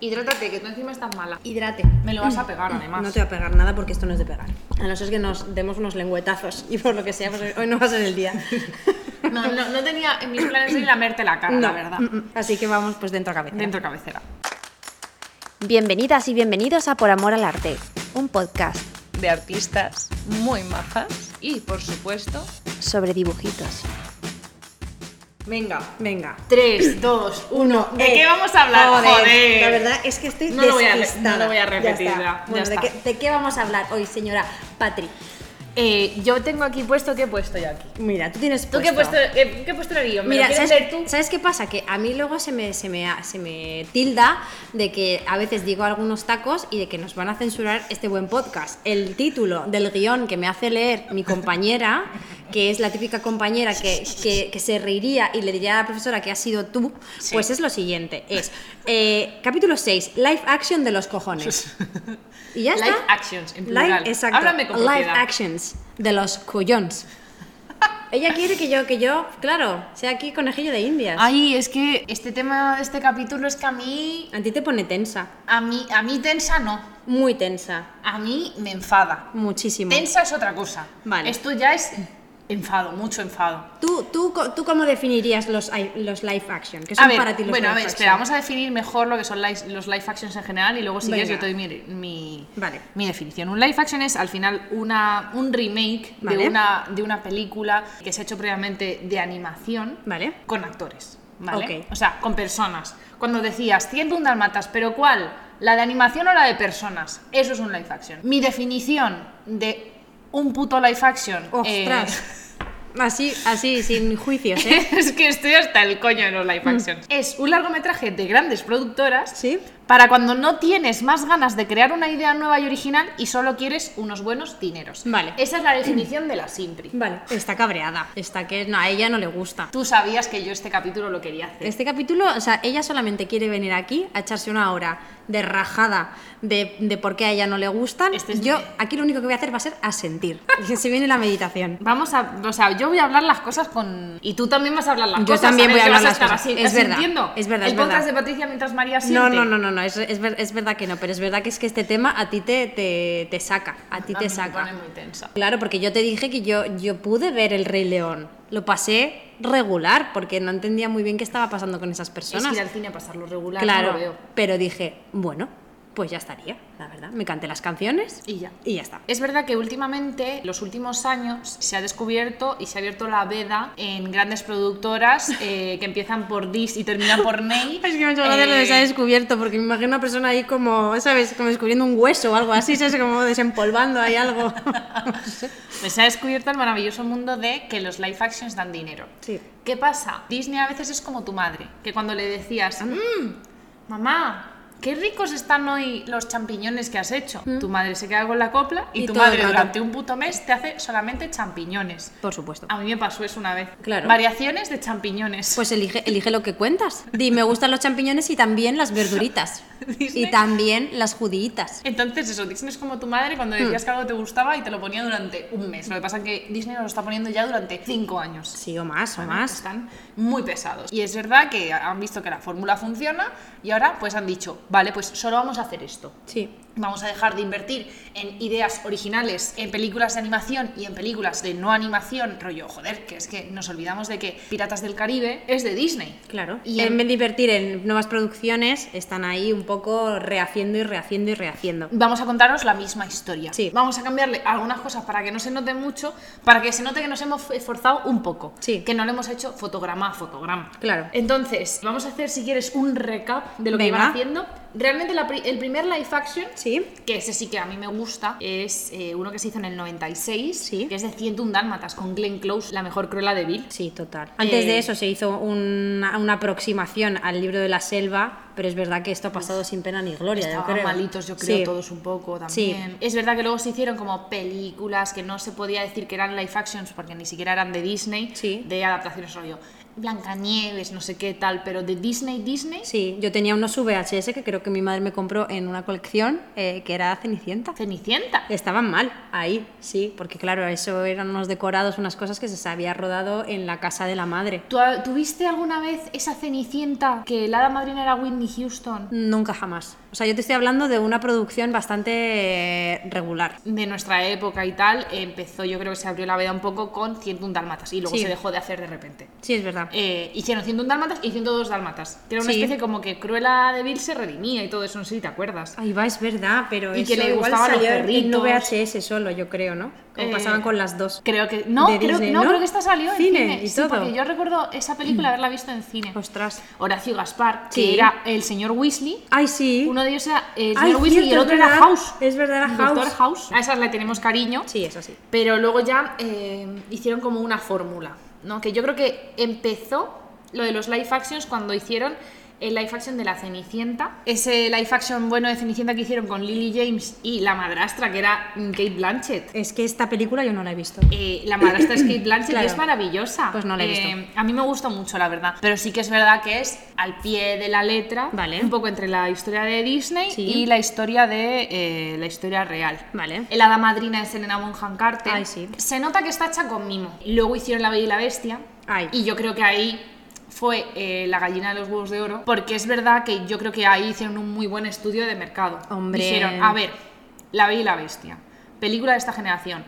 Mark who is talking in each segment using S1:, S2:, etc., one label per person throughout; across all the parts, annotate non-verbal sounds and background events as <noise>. S1: Hidrátate, que tú encima estás mala.
S2: Hidrate.
S1: Me lo vas a pegar además.
S2: Mm, No te va a pegar nada porque esto no es de pegar. A no ser que nos demos unos lengüetazos y por lo que sea, pues hoy no va a ser
S1: <laughs>
S2: el día.
S1: No, no, no tenía en mis planes ni lamerte la cara, la verdad.
S2: Mm, mm. Así que vamos pues dentro cabeza.
S1: Dentro cabecera.
S3: Bienvenidas y bienvenidos a Por Amor al Arte, un podcast
S4: de artistas muy majas
S1: Y, por supuesto,
S3: sobre dibujitos.
S1: venga.
S2: Venga.
S1: 3, 2, 1. ¿De
S2: eh,
S1: qué vamos a hablar? Joder.
S2: La verdad es que estoy
S1: No lo voy a re-
S2: despistada.
S1: no lo voy a
S2: Ya
S1: repetir,
S2: está.
S1: ya, ya
S2: Bueno, ¿de,
S1: está.
S2: qué, de qué vamos a hablar hoy, señora Patri?
S1: Eh, yo tengo aquí puesto, ¿qué he puesto yo aquí?
S2: Mira, tú tienes
S1: ¿Tú qué, puesto, eh, qué, qué puesto el guión? ¿Me
S2: Mira,
S1: lo quieres
S2: ¿sabes,
S1: ver tú?
S2: sabes qué pasa? Que a mí luego se me, se, me, se me tilda de que a veces digo algunos tacos y de que nos van a censurar este buen podcast. El título del guión que me hace leer mi compañera,
S1: <laughs>
S2: que es la típica compañera que, que- que se reiría y le diría a la profesora que has sido tú, pues es lo siguiente. Es eh, capítulo 6, live action de los cojones. Y ya
S1: <laughs> Live
S2: está.
S1: actions, en
S2: Live-
S1: plural.
S2: exacto.
S1: Háblame con
S2: Live
S1: propiedad.
S2: actions de
S1: <laughs>
S2: los cojones. Ella quiere que yo, que yo, claro, sea aquí conejillo de indias.
S1: Ay, es que este tema de este capítulo es que a mí,
S2: A ti te pone tensa,
S1: a mí, a mí tensa no,
S2: muy tensa,
S1: a mí me enfada.
S2: muchísimo.
S1: Tensa es otra cosa.
S2: Vale.
S1: Esto ya es enfado, mucho enfado.
S2: ¿Tú, tú, co- ¿Tú cómo definirías los, i- los live action? ¿Qué son
S1: A ver,
S2: para ti los
S1: bueno, a
S2: live
S1: ver,
S2: action?
S1: espera, vamos a definir mejor lo que son live- los live actions en general y luego si quieres yo
S2: Venga.
S1: te doy mi, mi-
S2: Vale.
S1: mi definición. Un live action es al final una, un remake de,
S2: Vale.
S1: una, de una película que se ha hecho previamente de animación
S2: Vale.
S1: con actores, ¿vale?
S2: Ok.
S1: O sea, con personas. Cuando decías 101 dálmatas, pero ¿cuál? ¿La de animación o la de personas? Eso es un live action. Mi definición de un puto live action eh,
S2: Ostras. Así, así, sin juicios, ¿eh?
S1: <laughs> es que estoy hasta el coño de los live action. Es un largometraje de grandes productoras
S2: Mm. Sí.
S1: para cuando no tienes más ganas de crear una idea nueva y original y solo quieres unos buenos dineros.
S2: Vale.
S1: Esa es la definición de la Simpri.
S2: Vale, está cabreada, está que no, a ella no le gusta.
S1: Tú sabías que yo este capítulo lo quería hacer.
S2: Este capítulo, o sea, ella solamente quiere venir aquí a echarse una hora de rajada de, de por qué a ella no le gustan.
S1: Este es-
S2: Yo aquí lo único que voy a hacer va a ser <laughs> asentir. Y se viene la meditación.
S1: Vamos a, o sea, yo voy a hablar las cosas con y tú también vas a hablar las
S2: Yo
S1: cosas.
S2: también
S1: ¿sabes?
S2: voy a
S1: Que vas
S2: hablar las
S1: estar
S2: cosas.
S1: así-
S2: Es verdad,
S1: asintiendo.
S2: es verdad,
S1: El
S2: es
S1: podcast
S2: verdad.
S1: de Patricia mientras María siente.
S2: No, no, no, no, no, es, es ver- es verdad que no, pero es verdad que es que este tema a ti te, te, te saca, a ti
S1: A
S2: te
S1: mí Me
S2: saca.
S1: pone muy tensa.
S2: Claro, porque yo te dije que yo, yo pude ver El Rey León, lo pasé regular porque no entendía muy bien qué estaba pasando con esas
S1: Es
S2: personas.
S1: ir al cine a pasarlo regular,
S2: claro,
S1: no lo veo.
S2: pero dije, bueno, pues ya estaría, la verdad. Me canté las canciones
S1: Y ya.
S2: y ya está.
S1: Es verdad que últimamente, los últimos años, se ha descubierto y se ha abierto la veda en grandes productoras eh, que empiezan por Dis y terminan por Ney.
S2: <laughs> Es que me ha hecho gracia lo de se ha
S1: Eh,
S2: descubierto, porque me imagino una persona ahí como, ¿sabes? Como descubriendo un hueso o algo así, ¿sabes? Como desempolvando ahí algo.
S1: pues se ha descubierto el maravilloso mundo de que los live actions dan dinero.
S2: <laughs> Sí.
S1: ¿Qué pasa? Disney a veces es como tu madre, que cuando le decías, "Mm, mamá, qué ricos están hoy los champiñones que has hecho, tu madre se queda con la copla y,
S2: Mm. Y
S1: tu
S2: todo el
S1: madre
S2: rato.
S1: durante un puto mes te hace solamente champiñones.
S2: Por supuesto.
S1: A mí me pasó eso una vez.
S2: Claro.
S1: Variaciones de champiñones.
S2: Pues elige, elige lo que cuentas. Di, me gustan los champiñones y también las verduritas. Y también las juditas.
S1: Entonces eso, Disney es como tu madre cuando decías que algo te gustaba y te lo ponía durante un mes. Lo que pasa es que Disney nos lo está poniendo ya durante cinco años.
S2: Sí, o más, o más.
S1: Están muy pesados. Y es verdad que han visto que la fórmula funciona y ahora pues han dicho, vale, pues solo vamos a hacer esto.
S2: Sí.
S1: Vamos a dejar de invertir en ideas originales, en películas de animación y en películas de no animación. Rollo, joder, que es que nos olvidamos de que Piratas del Caribe es de Disney.
S2: Claro.
S1: Y
S2: Y en vez de invertir en nuevas producciones, están ahí un poco rehaciendo y rehaciendo y rehaciendo.
S1: vamos a contaros la misma historia.
S2: Sí.
S1: Vamos a cambiarle algunas cosas para que no se note mucho, para que se note que nos hemos esforzado un poco.
S2: Sí.
S1: Que no le hemos hecho fotograma a fotograma.
S2: Claro.
S1: Entonces, vamos a hacer, si quieres, un recap de lo que
S2: Venga.
S1: iban haciendo. Realmente, la pri- el primer live action,
S2: Sí.
S1: que ese sí que a mí me gusta, es eh, uno que se hizo en el 96,
S2: Sí.
S1: que es de 101 Dálmatas, con Glenn Close, la mejor cruela de Bill.
S2: Sí, total. Antes
S1: Eh,
S2: de eso se hizo una, una aproximación al libro de la selva, pero es verdad que esto ha pasado sin pena ni gloria. Yo
S1: Estaban
S2: creo.
S1: malitos, yo creo,
S2: Sí.
S1: todos un poco también. Es verdad que luego se hicieron como películas que no se podía decir que eran live actions porque ni siquiera eran de Disney,
S2: Sí.
S1: de adaptaciones rollo. Blancanieves, no sé qué tal, pero de Disney, Disney,
S2: Sí, yo tenía unos VHS que creo que mi madre me compró en una colección eh, que era Cenicienta.
S1: Cenicienta.
S2: Estaban mal ahí, sí, porque claro, eso eran unos decorados, unas cosas que se había rodado en la casa de la madre.
S1: ¿Tú, ¿Tuviste alguna vez esa Cenicienta que la hada madrina era Whitney Houston?
S2: Nunca jamás. O sea, yo te estoy hablando de una producción bastante eh, regular.
S1: de nuestra época y tal, empezó, yo creo que se abrió la veda un poco con 101 dálmatas y luego
S2: Sí.
S1: se dejó de hacer de repente.
S2: Sí, es verdad.
S1: Eh, hicieron 101 dálmatas y 102 dálmatas, que era una
S2: Sí.
S1: especie como que Cruella de Vil se redimía y todo eso, no sé si te acuerdas.
S2: Ahí va, es verdad, pero
S1: Y que
S2: eso
S1: le
S2: igual
S1: gustaban los
S2: salió en-
S1: perritos.
S2: en VHS solo, yo creo, ¿no? Como
S1: Eh,
S2: pasaban con las dos.
S1: Creo que no,
S2: De
S1: creo,
S2: Disney,
S1: no,
S2: ¿no?
S1: creo que esta salió en
S2: Cine
S1: cine,
S2: y
S1: sí,
S2: todo.
S1: porque yo recuerdo esa
S2: <clears throat>
S1: película haberla visto en cine.
S2: Ostras.
S1: Horacio Gaspar, que
S2: Sí.
S1: era el señor Weasley,
S2: Ay, sí.
S1: uno de ellos era el
S2: Ay,
S1: señor Weasley y
S2: cierto,
S1: el
S2: es
S1: otro era
S2: verdad.
S1: House.
S2: Es verdad, era
S1: el doctor
S2: House.
S1: House. A esas le tenemos cariño.
S2: Sí, eso sí.
S1: Pero luego ya eh, hicieron como una fórmula, ¿no? Que yo creo que empezó lo de los live actions cuando hicieron el live action de la Cenicienta. Ese live action bueno de Cenicienta que hicieron con Lily James y la madrastra, que era mm, Kate Blanchett.
S2: Es que esta película yo no la he visto.
S1: Eh, la madrastra es Kate Blanchett
S2: Claro.
S1: y es maravillosa.
S2: Pues no la he visto.
S1: Eh, a mí me gustó mucho, la verdad. Pero sí que es verdad que es al pie de la letra,
S2: Vale.
S1: un poco entre la historia de Disney
S2: Sí.
S1: y la historia de eh, la historia real.
S2: Vale.
S1: El hada madrina es Elena Bonham Carter.
S2: Ay, sí.
S1: Se nota que está hecha con mimo. Luego hicieron La Bella y la Bestia.
S2: Ay.
S1: Y yo creo que ahí fue eh, la gallina de los huevos de oro. Porque es verdad que yo creo que ahí hicieron un muy buen estudio de mercado.
S2: Hombre.
S1: Dijeron, a ver, La Bella y la Bestia. Película de esta generación.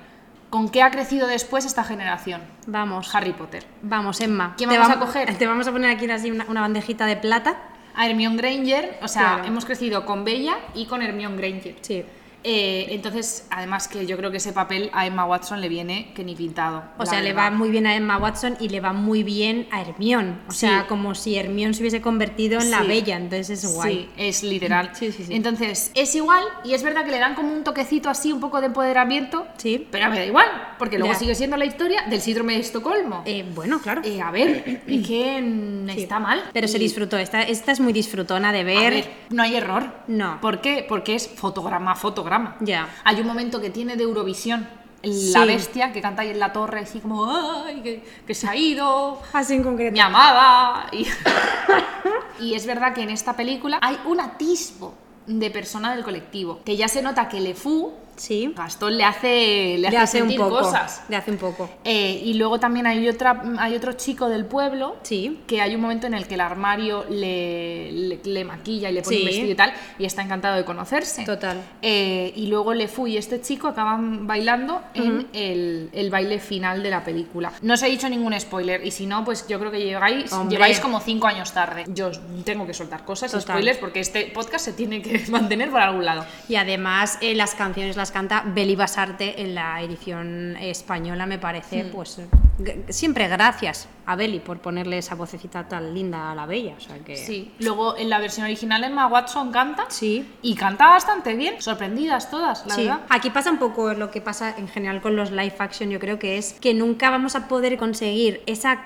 S1: ¿Con qué ha crecido después esta generación?
S2: Vamos,
S1: Harry Potter.
S2: vamos, Emma.
S1: ¿Quién
S2: Te
S1: vamos
S2: vam-
S1: a coger?
S2: <laughs> Te vamos a poner aquí así una, una bandejita de plata.
S1: A Hermione Granger. O sea,
S2: Claro.
S1: hemos crecido con Bella y con Hermione Granger.
S2: Sí.
S1: Eh, entonces, además que yo creo que ese papel a Emma Watson le viene que ni pintado.
S2: O
S1: la
S2: sea, le
S1: verdad.
S2: va muy bien a Emma Watson y le va muy bien a Hermión. O
S1: Sí.
S2: sea, como si Hermión se hubiese convertido en la
S1: Sí.
S2: bella, entonces es guay.
S1: Sí, es literal.
S2: Sí, sí, sí.
S1: Entonces, es igual y es verdad que le dan como un toquecito así, un poco de empoderamiento.
S2: Sí.
S1: Pero me da igual, porque luego
S2: Ya.
S1: sigue siendo la historia del síndrome de Estocolmo. Eh,
S2: Eh, bueno, claro.
S1: a ver, es que mm,
S2: Sí.
S1: está mal.
S2: Pero se
S1: Y-
S2: disfrutó. Esta, esta es muy disfrutona de
S1: A
S2: ver.
S1: ver, no hay error.
S2: No.
S1: ¿Por qué? Porque es fotograma a fotograma.
S2: Ya.
S1: Hay un momento que tiene de Eurovisión. La
S2: Sí.
S1: bestia que canta ahí en la torre, así como, ¡ay! Que, que se ha ido.
S2: Así en concreto.
S1: mi amada. Y, <laughs> y es verdad que en esta película hay un atisbo de persona del colectivo, que ya se nota que Le Fou,
S2: Sí.
S1: Gastón le hace, le hace, sentir cosas.
S2: Le hace un poco.
S1: Eh, y luego también hay, otra, hay otro chico del pueblo.
S2: Sí.
S1: Que hay un momento en el que el armario le, le- le maquilla y le pone
S2: Sí.
S1: un vestido y tal, y está encantado de conocerse.
S2: Total.
S1: Eh, y luego Le Fou y este chico acaban bailando en el, el baile final de la película. No os he dicho ningún spoiler, y si no, pues yo creo que llegáis,
S2: Hombre.
S1: lleváis como cinco años tarde. Yo os tengo que soltar cosas, y
S2: Total.
S1: spoilers, porque este podcast se tiene que <laughs> mantener por algún lado.
S2: Y además eh, las canciones las canta Beli Basarte en la edición española, me parece,
S1: Mm.
S2: pues g- siempre gracias a Beli por ponerle esa vocecita tan linda a la bella. O sea que...
S1: Sí. Luego en la versión original Emma Watson canta.
S2: Sí.
S1: Y canta bastante bien. Sorprendidas todas, la
S2: Sí.
S1: verdad.
S2: Aquí pasa un poco lo que pasa en general con los live action, yo creo que es que nunca vamos a poder conseguir esa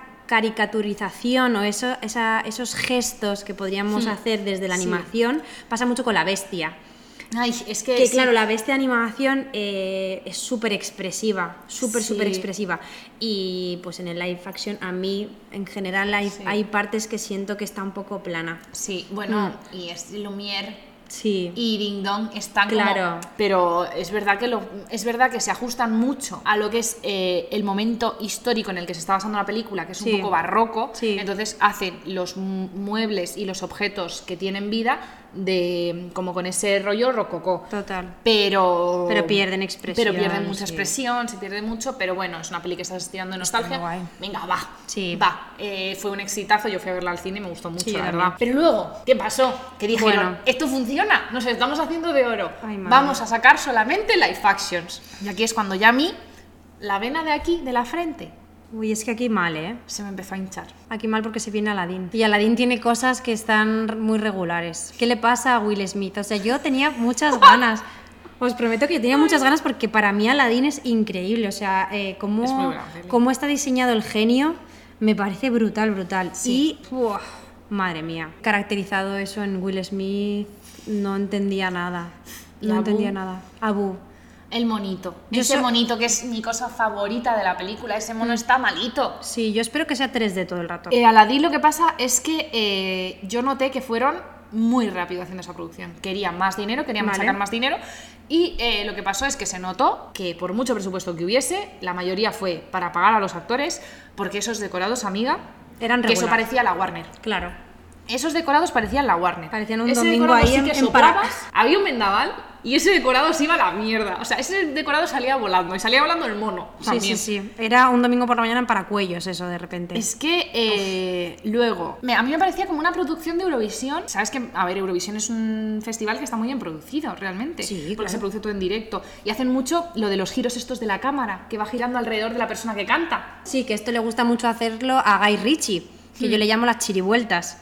S2: caricaturización o eso, esa- esos gestos que podríamos hacer desde la
S1: Sí.
S2: animación, pasa mucho con la bestia.
S1: Ay, es que,
S2: Que
S1: sí.
S2: claro, la bestia de animación eh, es súper expresiva, súper,
S1: Sí.
S2: súper expresiva. Y pues en el live action, a mí en general hay,
S1: Sí.
S2: hay partes que siento que está un poco plana.
S1: Sí, bueno,
S2: Mm.
S1: y es Lumière
S2: Sí.
S1: y Ding Dong están como-
S2: Claro.
S1: pero es verdad que lo- es verdad que se ajustan mucho a lo que es eh, el momento histórico en el que se está basando la película, que es
S2: Sí.
S1: un poco barroco.
S2: Sí.
S1: Entonces hacen los mu- muebles y los objetos que tienen vida de como con ese rollo rococó.
S2: Total.
S1: pero
S2: Pero pierden expresión,
S1: pero pierden mucha
S2: sí.
S1: expresión se pierde mucho pero bueno es una peli que estás tirando de nostalgia
S2: muy guay.
S1: venga va
S2: Sí.
S1: va Eh, fue un exitazo yo fui a verla al cine y me gustó mucho
S2: Sí, yo
S1: la
S2: también.
S1: verdad pero luego qué pasó que dijeron
S2: Bueno.
S1: esto funciona nos estamos haciendo de oro
S2: Ay, madre.
S1: vamos a sacar solamente live actions y aquí es cuando ya a mí la vena de aquí de la frente
S2: Uy, es que aquí mal, ¿eh?
S1: se me empezó a hinchar
S2: Aquí mal porque se viene Aladdin. Y Aladdin tiene cosas que están muy regulares. ¿Qué le pasa a Will Smith? O sea, yo tenía
S1: <laughs>
S2: muchas ganas. Os prometo que yo tenía muchas ganas porque para mí Aladdin es increíble. O sea, eh, cómo,
S1: Es muy buena peli.
S2: cómo está diseñado el genio me parece brutal, brutal.
S1: Sí.
S2: Y, ¡buah! madre mía, caracterizado eso en Will Smith, no entendía nada.
S1: ¿Y
S2: No
S1: Abu?
S2: entendía nada. Abu.
S1: El monito.
S2: Yo
S1: ese
S2: so- Mm.
S1: monito que es mi cosa favorita de la película. Ese mono está malito.
S2: Sí, yo espero que sea 3D todo el rato.
S1: Eh, Aladdin lo que pasa es que eh, yo noté que fueron muy rápido haciendo esa producción. Querían más dinero, querían
S2: Vale.
S1: sacar más dinero. Y eh, lo que pasó es que se notó que por mucho presupuesto que hubiese, la mayoría fue para pagar a los actores, porque esos decorados, amiga,
S2: Eran
S1: que eso
S2: regular.
S1: parecía la Warner.
S2: Claro.
S1: Esos decorados parecían la Warner.
S2: Parecían un
S1: Ese
S2: domingo
S1: decorado
S2: ahí
S1: sí
S2: en-
S1: que
S2: en
S1: soplabas,
S2: Paracas.
S1: Había un vendaval y ese decorado se iba a la mierda. O sea, ese decorado salía volando y salía volando el mono.
S2: Sí,
S1: también.
S2: sí, sí. Era un domingo por la mañana en Paracuellos eso de repente.
S1: Es que eh, luego, me- a mí me parecía como una producción de Eurovisión. Sabes que, a ver, Eurovisión es un festival que está muy bien producido, realmente.
S2: Sí,
S1: porque
S2: claro.
S1: se produce todo en directo. Y hacen mucho lo de los giros estos de la cámara, que va girando alrededor de la persona que canta.
S2: Sí, que esto le gusta mucho hacerlo a Guy Ritchie, que
S1: Hmm.
S2: yo le llamo las chirivueltas.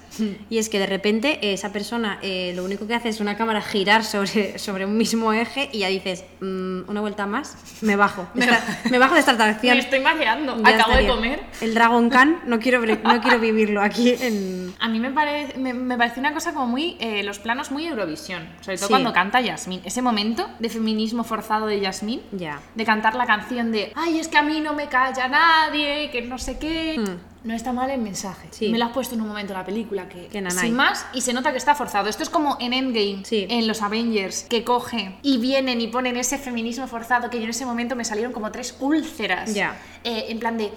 S2: Y es que de repente eh, esa persona eh, lo único que hace es una cámara girar sobre, <laughs> sobre un mismo eje y ya dices, "Mm, una vuelta más, me bajo. de
S1: Me
S2: esta- me bajo de esta atracción.
S1: Me estoy mareando,
S2: Ya
S1: acabo de
S2: estaría.
S1: comer.
S2: El Dragon Khan, no quiero, ver- no quiero vivirlo aquí en...
S1: A mí me, parece me, me pareció una cosa como muy. eh, los planos muy Eurovisión. Sobre todo
S2: Sí.
S1: cuando canta Yasmín. Ese momento de feminismo forzado de Yasmín.
S2: Ya.
S1: De cantar la canción de. Ay, es que a mí no me calla nadie, que no sé qué. No está mal el mensaje.
S2: Hmm. Sí.
S1: Me lo has puesto en un momento de la película que.
S2: Que nanay.
S1: sin más, y se nota que está forzado. Esto es como en Endgame,
S2: Sí.
S1: en los Avengers, que cogen y vienen y ponen ese feminismo forzado que yo en ese momento me salieron como tres úlceras.
S2: Ya.
S1: Eh, en plan de.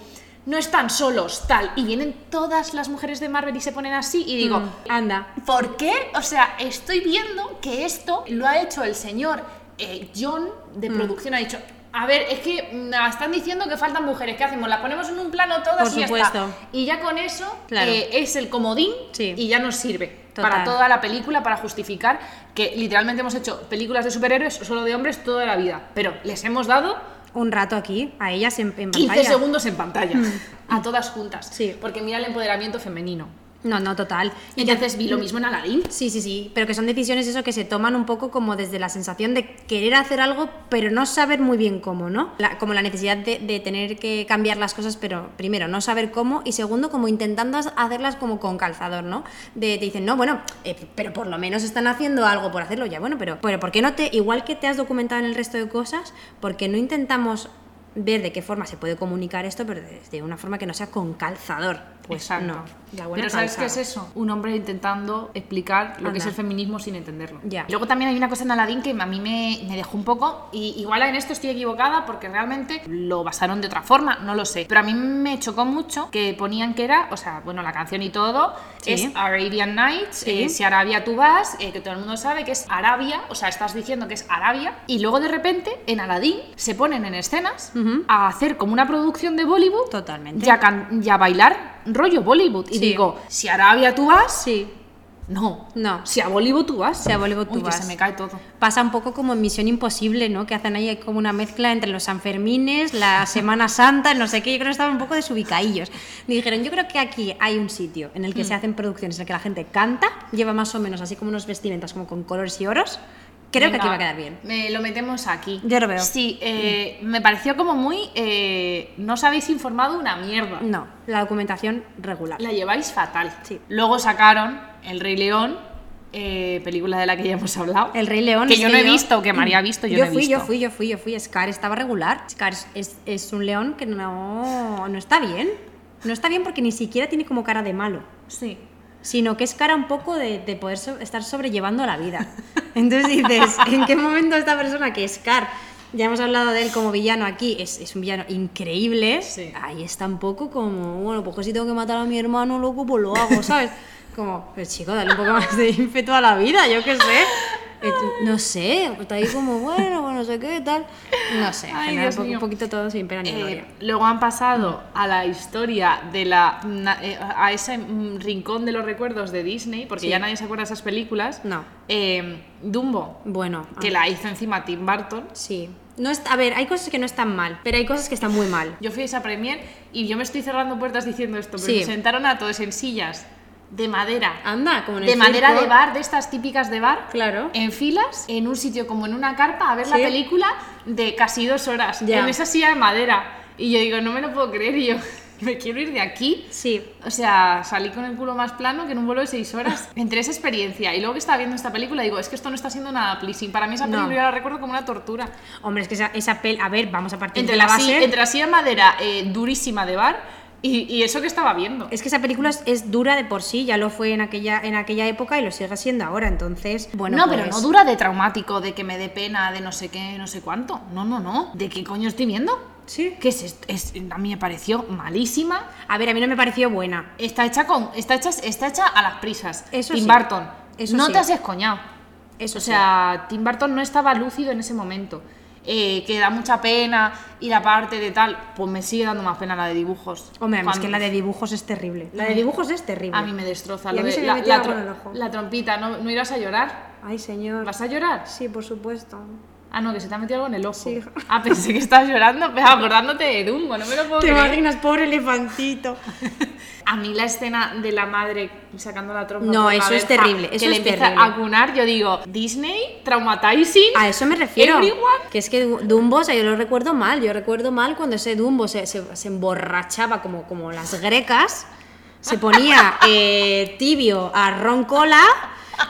S1: No están solos, tal. Y vienen todas las mujeres de Marvel y se ponen así. Y digo,
S2: Mm, anda.
S1: ¿por qué? O sea, estoy viendo que esto lo ha hecho el señor eh, John de
S2: Mm.
S1: producción. Ha dicho, a ver, es que mm, están diciendo que faltan mujeres. ¿Qué hacemos? Las ponemos en un plano todas
S2: Por
S1: y ya
S2: supuesto.
S1: está. Y ya con eso
S2: Claro.
S1: eh, es el comodín
S2: Sí.
S1: y ya nos sirve.
S2: Total.
S1: Para toda la película, para justificar que literalmente hemos hecho películas de superhéroes solo de hombres toda la vida. Pero les hemos dado
S2: Un rato aquí, a ellas en, en
S1: 15
S2: pantalla.
S1: segundos en pantalla. A todas juntas.
S2: Mm. Sí.
S1: Porque mira el empoderamiento femenino.
S2: No, no, total. Y
S1: Entonces vi lo mismo en Aladdin.
S2: Sí, sí, sí, pero que son decisiones eso que se toman un poco como desde la sensación de querer hacer algo, pero no saber muy bien cómo, ¿no? La- como la necesidad de, de tener que cambiar las cosas, pero primero, no saber cómo, y segundo, como intentando as- hacerlas como con calzador, ¿no? De, te dicen, no, bueno, eh, pero por lo menos están haciendo algo por hacerlo, ya, bueno, pero, pero ¿por qué no te, igual que te has documentado en el resto de cosas, por qué no intentamos ver de qué forma se puede comunicar esto, pero desde una forma que no sea con calzador? Pues
S1: Exacto.
S2: no. La buena
S1: Pero ¿sabes qué
S2: calzada.
S1: es eso? Un hombre intentando explicar lo que
S2: Anda.
S1: es el feminismo sin entenderlo.
S2: Ya.
S1: Luego también hay una cosa en Aladdin que a mí me, me dejó un poco, y igual en esto estoy equivocada porque realmente lo basaron de otra forma, no lo sé. Pero a mí me chocó mucho que ponían que era, o sea, bueno, la canción y todo,
S2: Sí.
S1: es Arabian Nights,
S2: Sí.
S1: eh, si Arabia tú vas, eh, que todo el mundo sabe que es Arabia, o sea, estás diciendo que es Arabia, y luego de repente en Aladdin se ponen en escenas
S2: Ujú.
S1: a hacer como una producción de Bollywood
S2: Totalmente.
S1: ya, can- ya bailar rollo Bollywood. Y
S2: Sí.
S1: digo, si a Arabia tú vas,
S2: Sí,
S1: no.
S2: No.
S1: Si a Bollywood tú vas.
S2: Si a Bollywood tú
S1: Uy, que
S2: vas.
S1: se me cae todo.
S2: pasa un poco como en Misión Imposible, ¿no? Que hacen ahí como una mezcla entre los
S1: <laughs>
S2: Sanfermines, la Semana Santa, no sé qué. Yo creo que estaban un poco desubicadillos. Me dijeron, yo creo que aquí hay un sitio en el que se
S1: Mm.
S2: hacen producciones, en el que la gente canta, lleva más o menos así como unos vestimentas como con colores y oros. Creo que aquí va a quedar bien.
S1: Me lo metemos aquí.
S2: Yo lo veo.
S1: Sí, eh, me pareció como muy. eh, no os habéis informado una mierda.
S2: No, la documentación regular.
S1: La lleváis fatal.
S2: Sí.
S1: Luego sacaron El Rey León, eh, película de la que ya hemos hablado.
S2: El Rey León.
S1: Que
S2: es
S1: yo no he visto, que María ha visto, yo no he
S2: fui, Yo
S1: visto.
S2: fui, yo fui, yo fui. Scar estaba regular. Scar es, es- es un león que no, no está bien. No está bien porque ni siquiera tiene como cara de malo.
S1: Sí.
S2: sino que es cara un poco de, de poder so- estar sobrellevando la vida. <laughs> Entonces dices, ¿en qué momento esta persona que es Car, ya hemos hablado de él como villano aquí, es, es un villano increíble,
S1: Sí.
S2: ahí está un poco como, bueno, pues que si tengo que matar a mi hermano, loco, pues lo hago, ¿sabes? Como, pero chico, dale un poco más de ímpetu a la vida, yo qué sé. Eh, No sé, está ahí como, bueno, bueno, no sé qué, tal. No sé, en
S1: Ay,
S2: general,
S1: Dios
S2: un, poco-
S1: mío.
S2: un poquito todo sin pena ni
S1: Eh,
S2: gloria.
S1: luego han pasado a la historia de la na- eh, a ese mm, rincón de los recuerdos de Disney, porque
S2: Sí.
S1: ya nadie se acuerda de esas películas.
S2: No.
S1: Eh, Dumbo,
S2: Bueno.
S1: que
S2: ah.
S1: la hizo encima Tim Burton.
S2: Sí. No es- a ver, hay cosas que no están mal, pero hay cosas que están muy mal.
S1: Yo fui a esa premier y yo me estoy cerrando puertas diciendo esto, pero
S2: Sí.
S1: me sentaron a todos en sillas de madera.
S2: Anda, como en el
S1: de madera
S2: circo.
S1: de bar, Eh. de estas típicas de bar,
S2: Claro.
S1: en filas, en un sitio como en una carpa, a ver la
S2: Sí.
S1: película de casi dos horas,
S2: Ya.
S1: en esa silla de madera. Y yo <laughs> digo, no me lo puedo creer. Y yo, me quiero ir de aquí.
S2: Sí.
S1: O sea, salí con el culo más plano que en un vuelo de seis
S2: <laughs>
S1: horas. Entre esa experiencia y luego que estaba viendo esta película, digo, es que esto no está siendo nada pleasing. Para mí esa película
S2: No.
S1: yo la recuerdo como una tortura.
S2: Hombre, es que esa, esa pel... A ver, vamos a partir
S1: Entre
S2: de la
S1: la, si-
S2: base.
S1: entre la silla de madera eh, durísima de bar y, y eso que estaba viendo.
S2: Es que esa película es, es dura de por sí, ya lo fue en aquella, en aquella época y lo sigue siendo ahora, entonces... Bueno,
S1: no,
S2: pues-
S1: pero no dura de traumático, de que me dé pena, de no sé qué, no sé cuánto. No, no, no. ¿De qué coño estoy viendo?
S2: Sí.
S1: Que es, est- es- a mí me pareció malísima.
S2: A ver, a mí no me pareció buena.
S1: Está hecha con, está hecha, está hecha a las prisas.
S2: Eso
S1: Tim
S2: sí.
S1: Burton.
S2: Eso
S1: no
S2: sí.
S1: te has escoñado.
S2: Eso
S1: o sea, Tim Burton no estaba lúcido en ese momento. Eh, que da mucha pena y la parte de tal, pues me sigue dando más pena la de dibujos.
S2: Hombre, además
S1: Cuando-
S2: que la de dibujos es terrible. La de dibujos es terrible.
S1: a mí me destroza.
S2: Y
S1: lo
S2: a mí
S1: de-
S2: se me
S1: la,
S2: metió
S1: la
S2: algo en
S1: tro-
S2: el ojo.
S1: la trompita, ¿no, ¿no irás a llorar?
S2: Ay, señor.
S1: ¿Vas a llorar?
S2: Sí, por supuesto.
S1: Ah, no, que se te ha metido algo en el ojo.
S2: Sí.
S1: Ah, pensé que estabas llorando, <laughs> pero acordándote de Dumbo, no me lo puedo
S2: ¿Te
S1: creer.
S2: imaginas? Pobre elefantito.
S1: <laughs> A mí la escena de la madre sacando la trompa.
S2: No,
S1: por la
S2: eso es
S1: verja,
S2: terrible,
S1: que
S2: eso
S1: le
S2: es
S1: empieza
S2: terrible.
S1: a cunar, yo digo, Disney, traumatizing.
S2: A eso me refiero.
S1: Everyone.
S2: Que es que Du- Dumbo, o sea, yo lo recuerdo mal. Yo recuerdo mal cuando ese Dumbo se, se- se emborrachaba como, como las grecas,
S1: <laughs>
S2: se ponía eh, tibio a roncola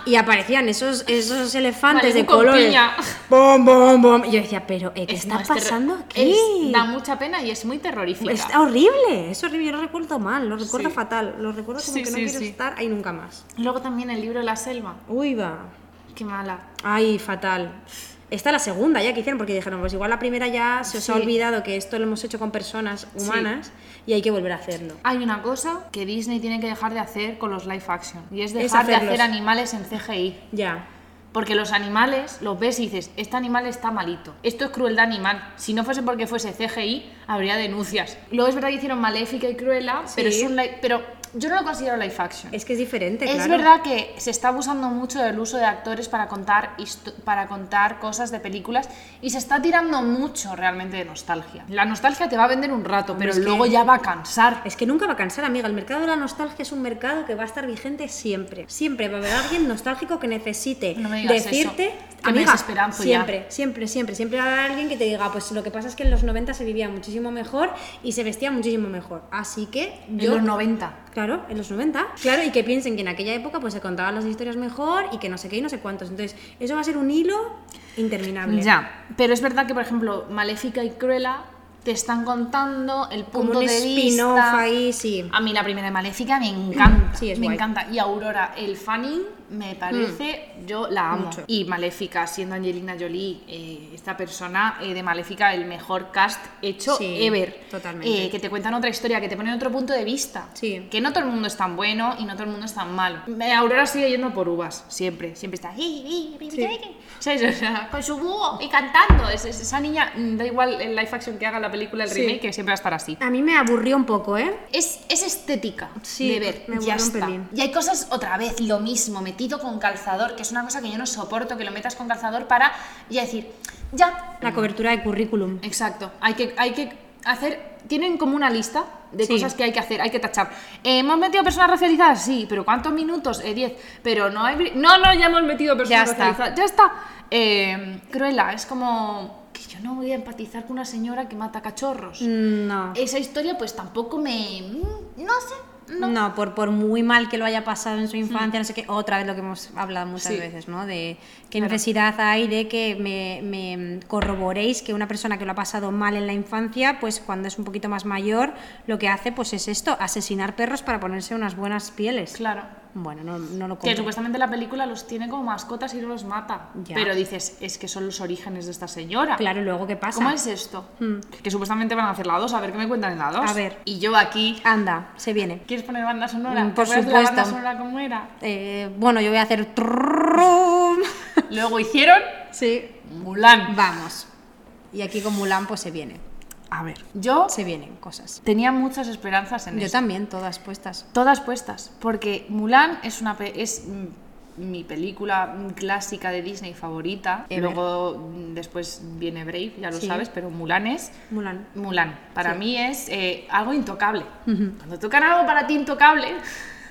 S2: y aparecían esos, esos elefantes
S1: Malibu
S2: de
S1: con
S2: colores.
S1: piña. <laughs>
S2: Bom, bom, bom. Y yo decía, pero eh, ¿qué
S1: Es-
S2: está
S1: no, es terro-
S2: pasando
S1: es-
S2: aquí?
S1: da mucha pena y es muy terrorífica.
S2: Es horrible, es horrible. Yo lo recuerdo mal, lo recuerdo
S1: Sí.
S2: fatal. Lo recuerdo como
S1: Sí,
S2: que no
S1: sí,
S2: quiero
S1: sí.
S2: estar ahí nunca más.
S1: Luego también el libro de la selva.
S2: Uy, va.
S1: Qué mala.
S2: Ay, fatal. Esta la segunda ya que hicieron, porque dijeron, pues igual la primera ya se os ha
S1: Sí.
S2: olvidado que esto lo hemos hecho con personas humanas y hay que volver a hacerlo.
S1: Hay una cosa que Disney tiene que dejar de hacer con los live action y es
S2: Es
S1: dejar de
S2: hacerlos.
S1: hacer animales en CGI.
S2: Ya.
S1: Porque los animales los ves y dices, este animal está malito, esto es crueldad animal. Si no fuese porque fuese CGI, habría denuncias. Luego es verdad que hicieron Maléfica y Cruella, pero,
S2: Sí.
S1: es un li- pero yo no lo considero live action.
S2: Es que es diferente,
S1: Es
S2: claro.
S1: verdad que se está abusando mucho del uso de actores para contar, histo- para contar cosas de películas y se está tirando mucho realmente de nostalgia. La nostalgia te va a vender un rato,
S2: Hombre,
S1: pero
S2: es que-
S1: luego ya va a cansar.
S2: Es que nunca va a cansar, amiga. El mercado de la nostalgia es un mercado que va a estar vigente siempre. Siempre va a haber alguien nostálgico que necesite
S1: No me digas
S2: decirte.
S1: eso, que me
S2: amiga,
S1: desesperanzo ya.
S2: siempre, siempre, siempre, siempre va a haber alguien que te diga, pues lo que pasa es que en los 90 se vivía muchísimo mejor y se vestía muchísimo mejor. Así que
S1: De
S2: yo
S1: los 90.
S2: Claro, en los 90. Claro, y que piensen que en aquella época pues se contaban las historias mejor y que no sé qué y no sé cuántos. Entonces, eso va a ser un hilo interminable.
S1: Ya, pero es verdad que, por ejemplo, Maléfica y Cruella te están contando el
S2: Como
S1: punto
S2: un
S1: de
S2: spin-off
S1: vista.
S2: ahí, sí.
S1: A mí la primera de Maléfica me encanta.
S2: Sí, es
S1: me
S2: guay. Mm.
S1: encanta. Y Aurora, el fanning, me parece, yo la amo.
S2: Mucho.
S1: Y Maléfica, siendo Angelina Jolie, eh, esta persona eh, de Maléfica, el mejor cast hecho
S2: Sí,
S1: ever.
S2: totalmente.
S1: Eh, que te cuentan otra historia, que te ponen otro punto de vista.
S2: Sí.
S1: Que no todo el mundo es tan bueno y no todo el mundo es tan malo. Me- Aurora sigue yendo por uvas, siempre. Siempre está. "Ey, ey,
S2: Sí.
S1: ¿Sabes? O sea, con su búho y cantando. Es- es- esa niña, mm, da igual el live action que haga la película, el
S2: Sí.
S1: remake, que siempre va a estar así.
S2: A mí me aburrió un poco, ¿eh?
S1: Es, es estética
S2: Sí,
S1: de ver,
S2: me
S1: ya
S2: aburre un
S1: está.
S2: pelín.
S1: Y hay cosas otra vez, lo mismo, metido con calzador, que es una cosa que yo no soporto, que lo metas con calzador para ya decir, ya,
S2: La cobertura de currículum.
S1: exacto, hay que, hay que hacer, tienen como una lista de
S2: Sí.
S1: cosas que hay que hacer, hay que tachar. Eh, ¿Hemos metido personas racializadas? Sí, pero ¿cuántos minutos? Eh, 10, pero no hay... No, no, ya hemos metido personas
S2: Ya está.
S1: racializadas, ya está. Eh, Cruella, es como que yo no voy a empatizar con una señora que mata cachorros
S2: Mm, No.
S1: esa historia pues tampoco me... mm, No sé.
S2: No,
S1: No.
S2: por, por muy mal que lo haya pasado en su infancia, no sé qué, otra vez lo que hemos hablado muchas
S1: Sí.
S2: veces, ¿no? De qué necesidad hay de que me, me corroboréis que una persona que lo ha pasado mal en la infancia, pues cuando es un poquito más mayor, lo que hace pues es esto, asesinar perros para ponerse unas buenas pieles.
S1: Claro.
S2: Bueno, no, no lo
S1: Que
S2: compro.
S1: supuestamente la película los tiene como mascotas y no los mata.
S2: Ya.
S1: Pero dices, es que son los orígenes de esta señora.
S2: Claro, luego qué pasa.
S1: ¿Cómo es esto? Que supuestamente van a hacer la 2, mm. a ver qué me cuentan en la 2.
S2: A ver.
S1: Y yo aquí...
S2: Anda, se viene.
S1: ¿Quieres poner banda sonora?
S2: Mm,
S1: ¿Te
S2: por
S1: acuerdas de la banda
S2: supuesto.
S1: sonora cómo era?
S2: Eh, bueno, yo voy a hacer... trrrrum.
S1: Luego hicieron
S2: Sí.
S1: Mulan.
S2: Vamos. Y aquí con Mulan pues se viene.
S1: A ver, yo
S2: Se vienen cosas.
S1: tenía muchas esperanzas en
S2: Yo
S1: esto.
S2: también, todas puestas.
S1: Todas puestas, porque Mulan es una pe- es mm, mi película mm, clásica de Disney favorita.
S2: Ever.
S1: Luego mm, después viene Brave, ya lo
S2: Sí.
S1: sabes, pero Mulan es
S2: Mulan.
S1: Mulan. Para
S2: Sí.
S1: mí es eh, algo intocable. Cuando tocan algo para ti intocable,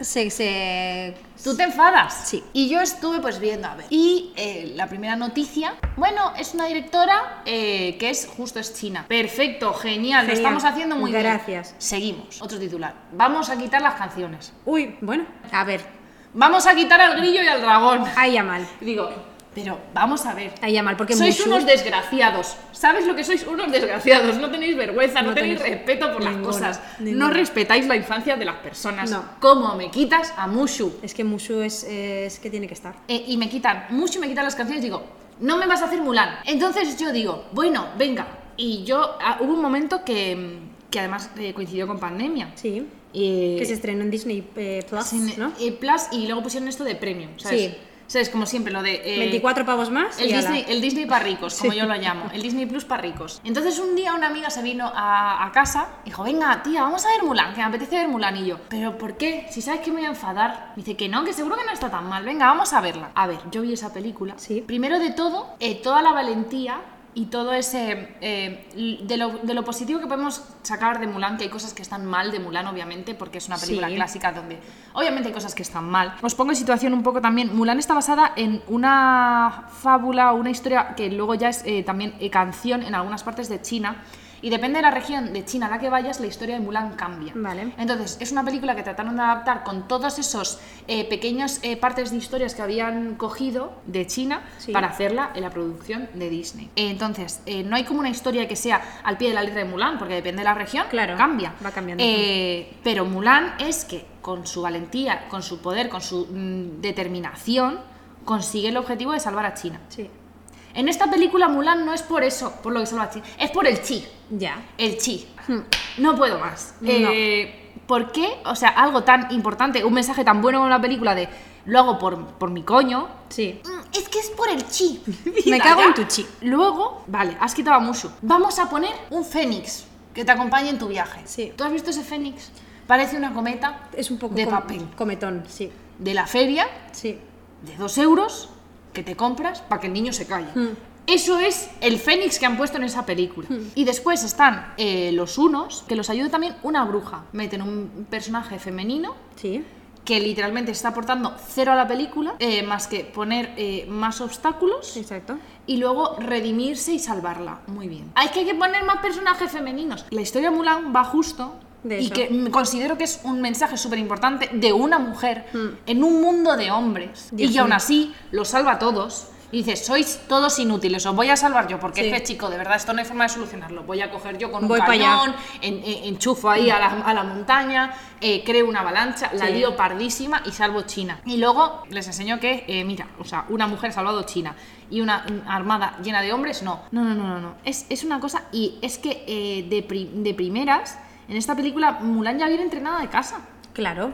S2: se, se-
S1: Tú te enfadas.
S2: Sí.
S1: Y yo estuve pues viendo, a ver. Y eh, la primera noticia, bueno, es una directora eh, que es justo es china. Perfecto, genial, lo
S2: Genial.
S1: estamos haciendo muy bien.
S2: Gracias.
S1: Seguimos. Otro titular. Vamos a quitar las canciones.
S2: Uy, bueno, a ver,
S1: Vamos a quitar al grillo y al dragón.
S2: ahí ya mal,
S1: Y digo, pero vamos a ver.
S2: ahí ya mal, porque
S1: sois
S2: Mushu-
S1: unos desgraciados. ¿Sabes lo que sois? Unos desgraciados. No tenéis vergüenza, no,
S2: No
S1: tenéis
S2: tenéis
S1: respeto por las
S2: ninguna,
S1: cosas.
S2: ninguna.
S1: No respetáis la infancia de las personas.
S2: No.
S1: ¿Cómo me quitas a Mushu?
S2: Es que Mushu es, es que tiene que estar.
S1: Eh, y me quitan mucho, me quitan las canciones, digo, no me vas a hacer Mulan. Entonces yo digo, bueno, venga. Y yo, ah, hubo un momento que, mm, que además eh, coincidió con pandemia.
S2: Sí.
S1: Eh,
S2: que se estrenó en Disney eh, Plus,
S1: sin-
S2: ¿no?
S1: eh, Plus, y luego pusieron esto de premium, ¿sabes?
S2: Sí.
S1: ¿Sabes? Como siempre, lo de... eh,
S2: 24 pavos más.
S1: el
S2: y ala.
S1: Disney, eh, el Disney para ricos, como yo lo llamo. El Disney Plus para ricos. Entonces un día una amiga se vino a, a casa y dijo, venga, tía, vamos a ver Mulan, que me apetece ver Mulan. Y yo, ¿pero por qué? Si sabes que me voy a enfadar. Me dice que no, que seguro que no está tan mal. Venga, vamos a verla. A ver, yo vi esa película.
S2: Sí.
S1: Primero de todo, eh, toda la valentía y todo ese... eh, l- de, lo, de lo positivo que podemos sacar de Mulan, que hay cosas que están mal de Mulan, obviamente, porque es una película
S2: Sí.
S1: clásica clásica donde obviamente hay cosas que están mal. Os pongo en situación un poco también. Mulan está basada en una fábula, una historia que luego ya es eh, también eh, canción en algunas partes de China. Y depende de la región de China a la que vayas, la historia de Mulan cambia.
S2: Vale.
S1: Entonces, es una película que trataron de adaptar con todos esos eh, pequeños eh, partes de historias que habían cogido de China
S2: Sí.
S1: para hacerla en la producción de Disney. Entonces, eh, no hay como una historia que sea al pie de la letra de Mulan, porque depende de la región,
S2: Claro,
S1: cambia.
S2: va cambiando.
S1: Eh, eh, pero Mulan es que con su valentía, con su poder, con su mm, determinación, consigue el objetivo de salvar a China.
S2: Sí.
S1: En esta película Mulan no es por eso, por lo que salva a China, es por el chi.
S2: Ya.
S1: El chi. No puedo más.
S2: No.
S1: Eh, ¿Por qué? O sea, algo tan importante, un mensaje tan bueno como la película de lo hago por, por mi coño.
S2: Sí.
S1: Mm, Es que es por el <laughs> chi.
S2: Me
S1: Mira,
S2: cago
S1: ya.
S2: en tu chi.
S1: Luego, vale, has quitado a Mushu. Vamos a poner un fénix que te acompañe en tu viaje.
S2: Sí.
S1: ¿Tú has visto ese fénix? Parece una cometa
S2: Es un poco
S1: de
S2: com-
S1: papel.
S2: cometón, sí.
S1: De la feria,
S2: Sí.
S1: de dos euros, que te compras para que el niño se calle.
S2: Mm.
S1: Eso es el fénix que han puesto en esa película. Y después están eh, los unos, que los ayuda también una bruja. Meten un personaje femenino
S2: Sí.
S1: que literalmente está aportando cero a la película, eh, más que poner eh, más obstáculos
S2: Exacto.
S1: y luego redimirse y salvarla. Muy bien. Hay que, hay que poner más personajes femeninos. La historia de Mulan va justo.
S2: De
S1: y
S2: eso.
S1: que mm, considero que es un mensaje súper importante de una mujer en un mundo de hombres.
S2: Dios
S1: y que aún
S2: mío.
S1: así lo salva a todos. Y dice, sois todos inútiles, os voy a salvar yo, porque
S2: Sí.
S1: es que, chico, de verdad, esto no hay forma de solucionarlo. Voy a coger yo con
S2: Voy
S1: un
S2: pa' allá.
S1: cañón, en- en- enchufo ahí a la, a la montaña, eh, creo una avalancha, la
S2: Sí.
S1: lío pardísima y salvo China. Y luego les enseño que, eh, mira, o sea, una mujer ha salvado China y una mm, armada llena de hombres, no. No, no, no, no, no. Es, es una cosa y es que eh, de, pri- de primeras, en esta película, Mulan ya viene entrenada de casa.
S2: Claro.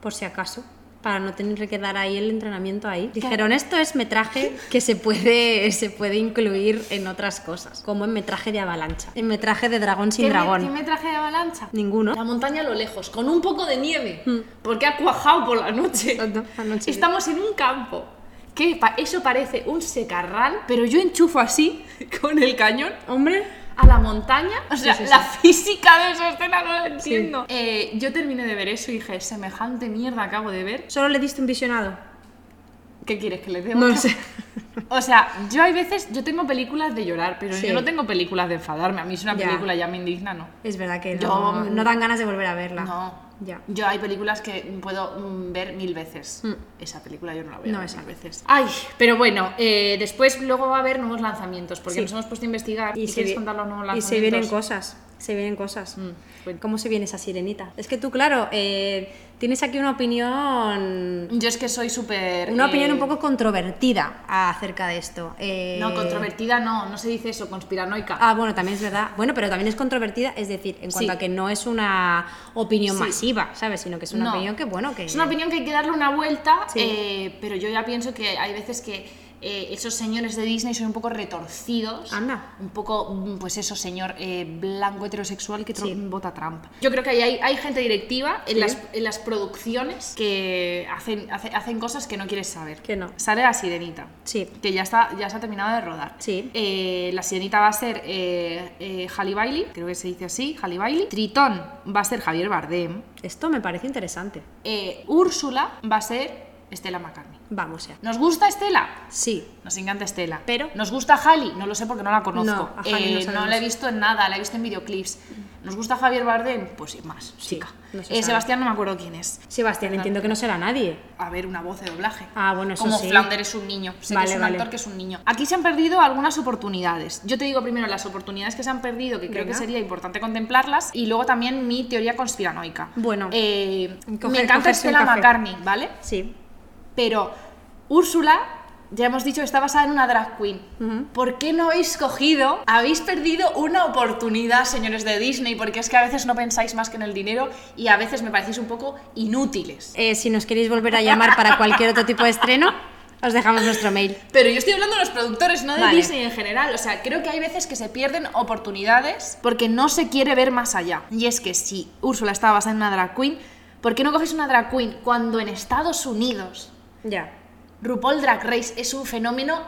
S2: Por si acaso. Para no tener que dar ahí el entrenamiento ahí. Dijeron, esto es metraje que se puede, <laughs> se puede incluir en otras cosas. Como en metraje de avalancha. En metraje de dragón sin
S1: ¿Qué me-
S2: dragón.
S1: ¿Qué me traje de avalancha?
S2: Ninguno.
S1: La montaña a lo lejos, con un poco de nieve,
S2: Mm.
S1: porque ha cuajado por la noche.
S2: Anda, anoche.
S1: Estamos en un campo, que pa- eso parece un secarral, pero yo enchufo así, <laughs> con el cañón,
S2: Hombre.
S1: a la montaña. O sea,
S2: sí, sí.
S1: la física de esa escena no la entiendo. Eh, yo terminé de ver eso y dije, semejante mierda acabo de ver.
S2: Solo le diste un visionado.
S1: ¿Qué quieres que les dé?
S2: No
S1: otra?
S2: lo sé. <laughs>
S1: <laughs> O sea, yo hay veces, yo tengo películas de llorar, pero
S2: Sí.
S1: yo no tengo películas de enfadarme. A mí es una
S2: Ya.
S1: película ya me indigna, ¿no?
S2: Es verdad que no,
S1: Yo-
S2: no dan ganas de volver a verla.
S1: No.
S2: Ya.
S1: Yo hay películas que puedo mm, ver mil veces. Esa película yo no la veo
S2: No,
S1: mil
S2: esa.
S1: veces. Ay, pero bueno, eh, después luego va a haber nuevos lanzamientos, porque
S2: Sí.
S1: nos hemos puesto a investigar.
S2: Y,
S1: ¿Y,
S2: se
S1: quieres
S2: vi-
S1: contar los nuevos
S2: y
S1: lanzamientos?
S2: se vienen cosas, se vienen cosas.
S1: Mm, cuenta.
S2: ¿Cómo se viene esa sirenita? Es que tú, claro, eh, tienes aquí una opinión...
S1: Yo es que soy súper...
S2: Una
S1: eh,
S2: opinión un poco controvertida acerca de esto. Eh,
S1: No, controvertida no, no se dice eso, conspiranoica.
S2: Ah, bueno, también es verdad. Bueno, pero también es controvertida, es decir, en cuanto
S1: Sí.
S2: a que no es una opinión
S1: Sí.
S2: masiva, ¿sabes? Sino que es una
S1: No.
S2: opinión que, bueno, que...
S1: Es una opinión que hay que darle una vuelta,
S2: Sí.
S1: eh, pero yo ya pienso que hay veces que eh, esos señores de Disney son un poco retorcidos.
S2: Anda.
S1: Un poco, mm, pues eso, señor eh, blanco heterosexual que tro- vota a Trump. Yo creo que ahí hay, hay gente directiva en, las, en las producciones que hacen, hace- hacen cosas que no quieres saber.
S2: Que no.
S1: Sale la sirenita.
S2: Sí.
S1: Que ya está, ya se ha terminado de rodar.
S2: Sí.
S1: Eh, la sirenita va a ser eh, eh, Halle Bailey, creo que se dice así, Halle Bailey. Tritón va a ser Javier Bardem.
S2: Esto me parece interesante.
S1: Eh, Úrsula va a ser Estela McCartney.
S2: Vamos ya.
S1: ¿Nos gusta Estela?
S2: Sí.
S1: Nos encanta Estela.
S2: Pero-
S1: ¿Nos gusta Halle? No lo sé porque no la conozco. Eh,
S2: No, a Halle no sabemos.
S1: la he visto en nada, la he visto en videoclips. ¿Nos gusta Javier Bardem? Pues sí, más, chica.
S2: no se
S1: Eh,
S2: sabe.
S1: Sebastián no me acuerdo quién es.
S2: Sebastián, entiendo que no será nadie.
S1: A ver, una voz de doblaje.
S2: Ah, bueno, eso
S1: Como
S2: sí.
S1: Flounder es un niño. Sé
S2: Vale,
S1: que es un
S2: vale.
S1: actor que es un niño. Aquí se han perdido algunas oportunidades. Yo te digo primero las oportunidades que se han perdido, que creo
S2: Venga.
S1: que sería importante contemplarlas. Y luego también mi teoría conspiranoica.
S2: Bueno.
S1: Eh, me
S2: Coger-
S1: encanta
S2: cogerse un
S1: Stella
S2: café.
S1: McCartney, ¿vale?
S2: Sí.
S1: Pero Úrsula, ya hemos dicho, está basada en una drag queen. ¿Por qué no habéis cogido? Habéis perdido una oportunidad, señores de Disney, porque es que a veces no pensáis más que en el dinero y a veces me parecéis un poco inútiles.
S2: Eh, si nos queréis volver a llamar para cualquier otro tipo de estreno, os dejamos nuestro mail.
S1: Pero yo estoy hablando de los productores, no de
S2: Vale.
S1: Disney en general. O sea, creo que hay veces que se pierden oportunidades porque no se quiere ver más allá. Y es que si Úrsula estaba basada en una drag queen, ¿por qué no cogéis una drag queen cuando en Estados Unidos
S2: Ya.
S1: RuPaul Drag Race es un fenómeno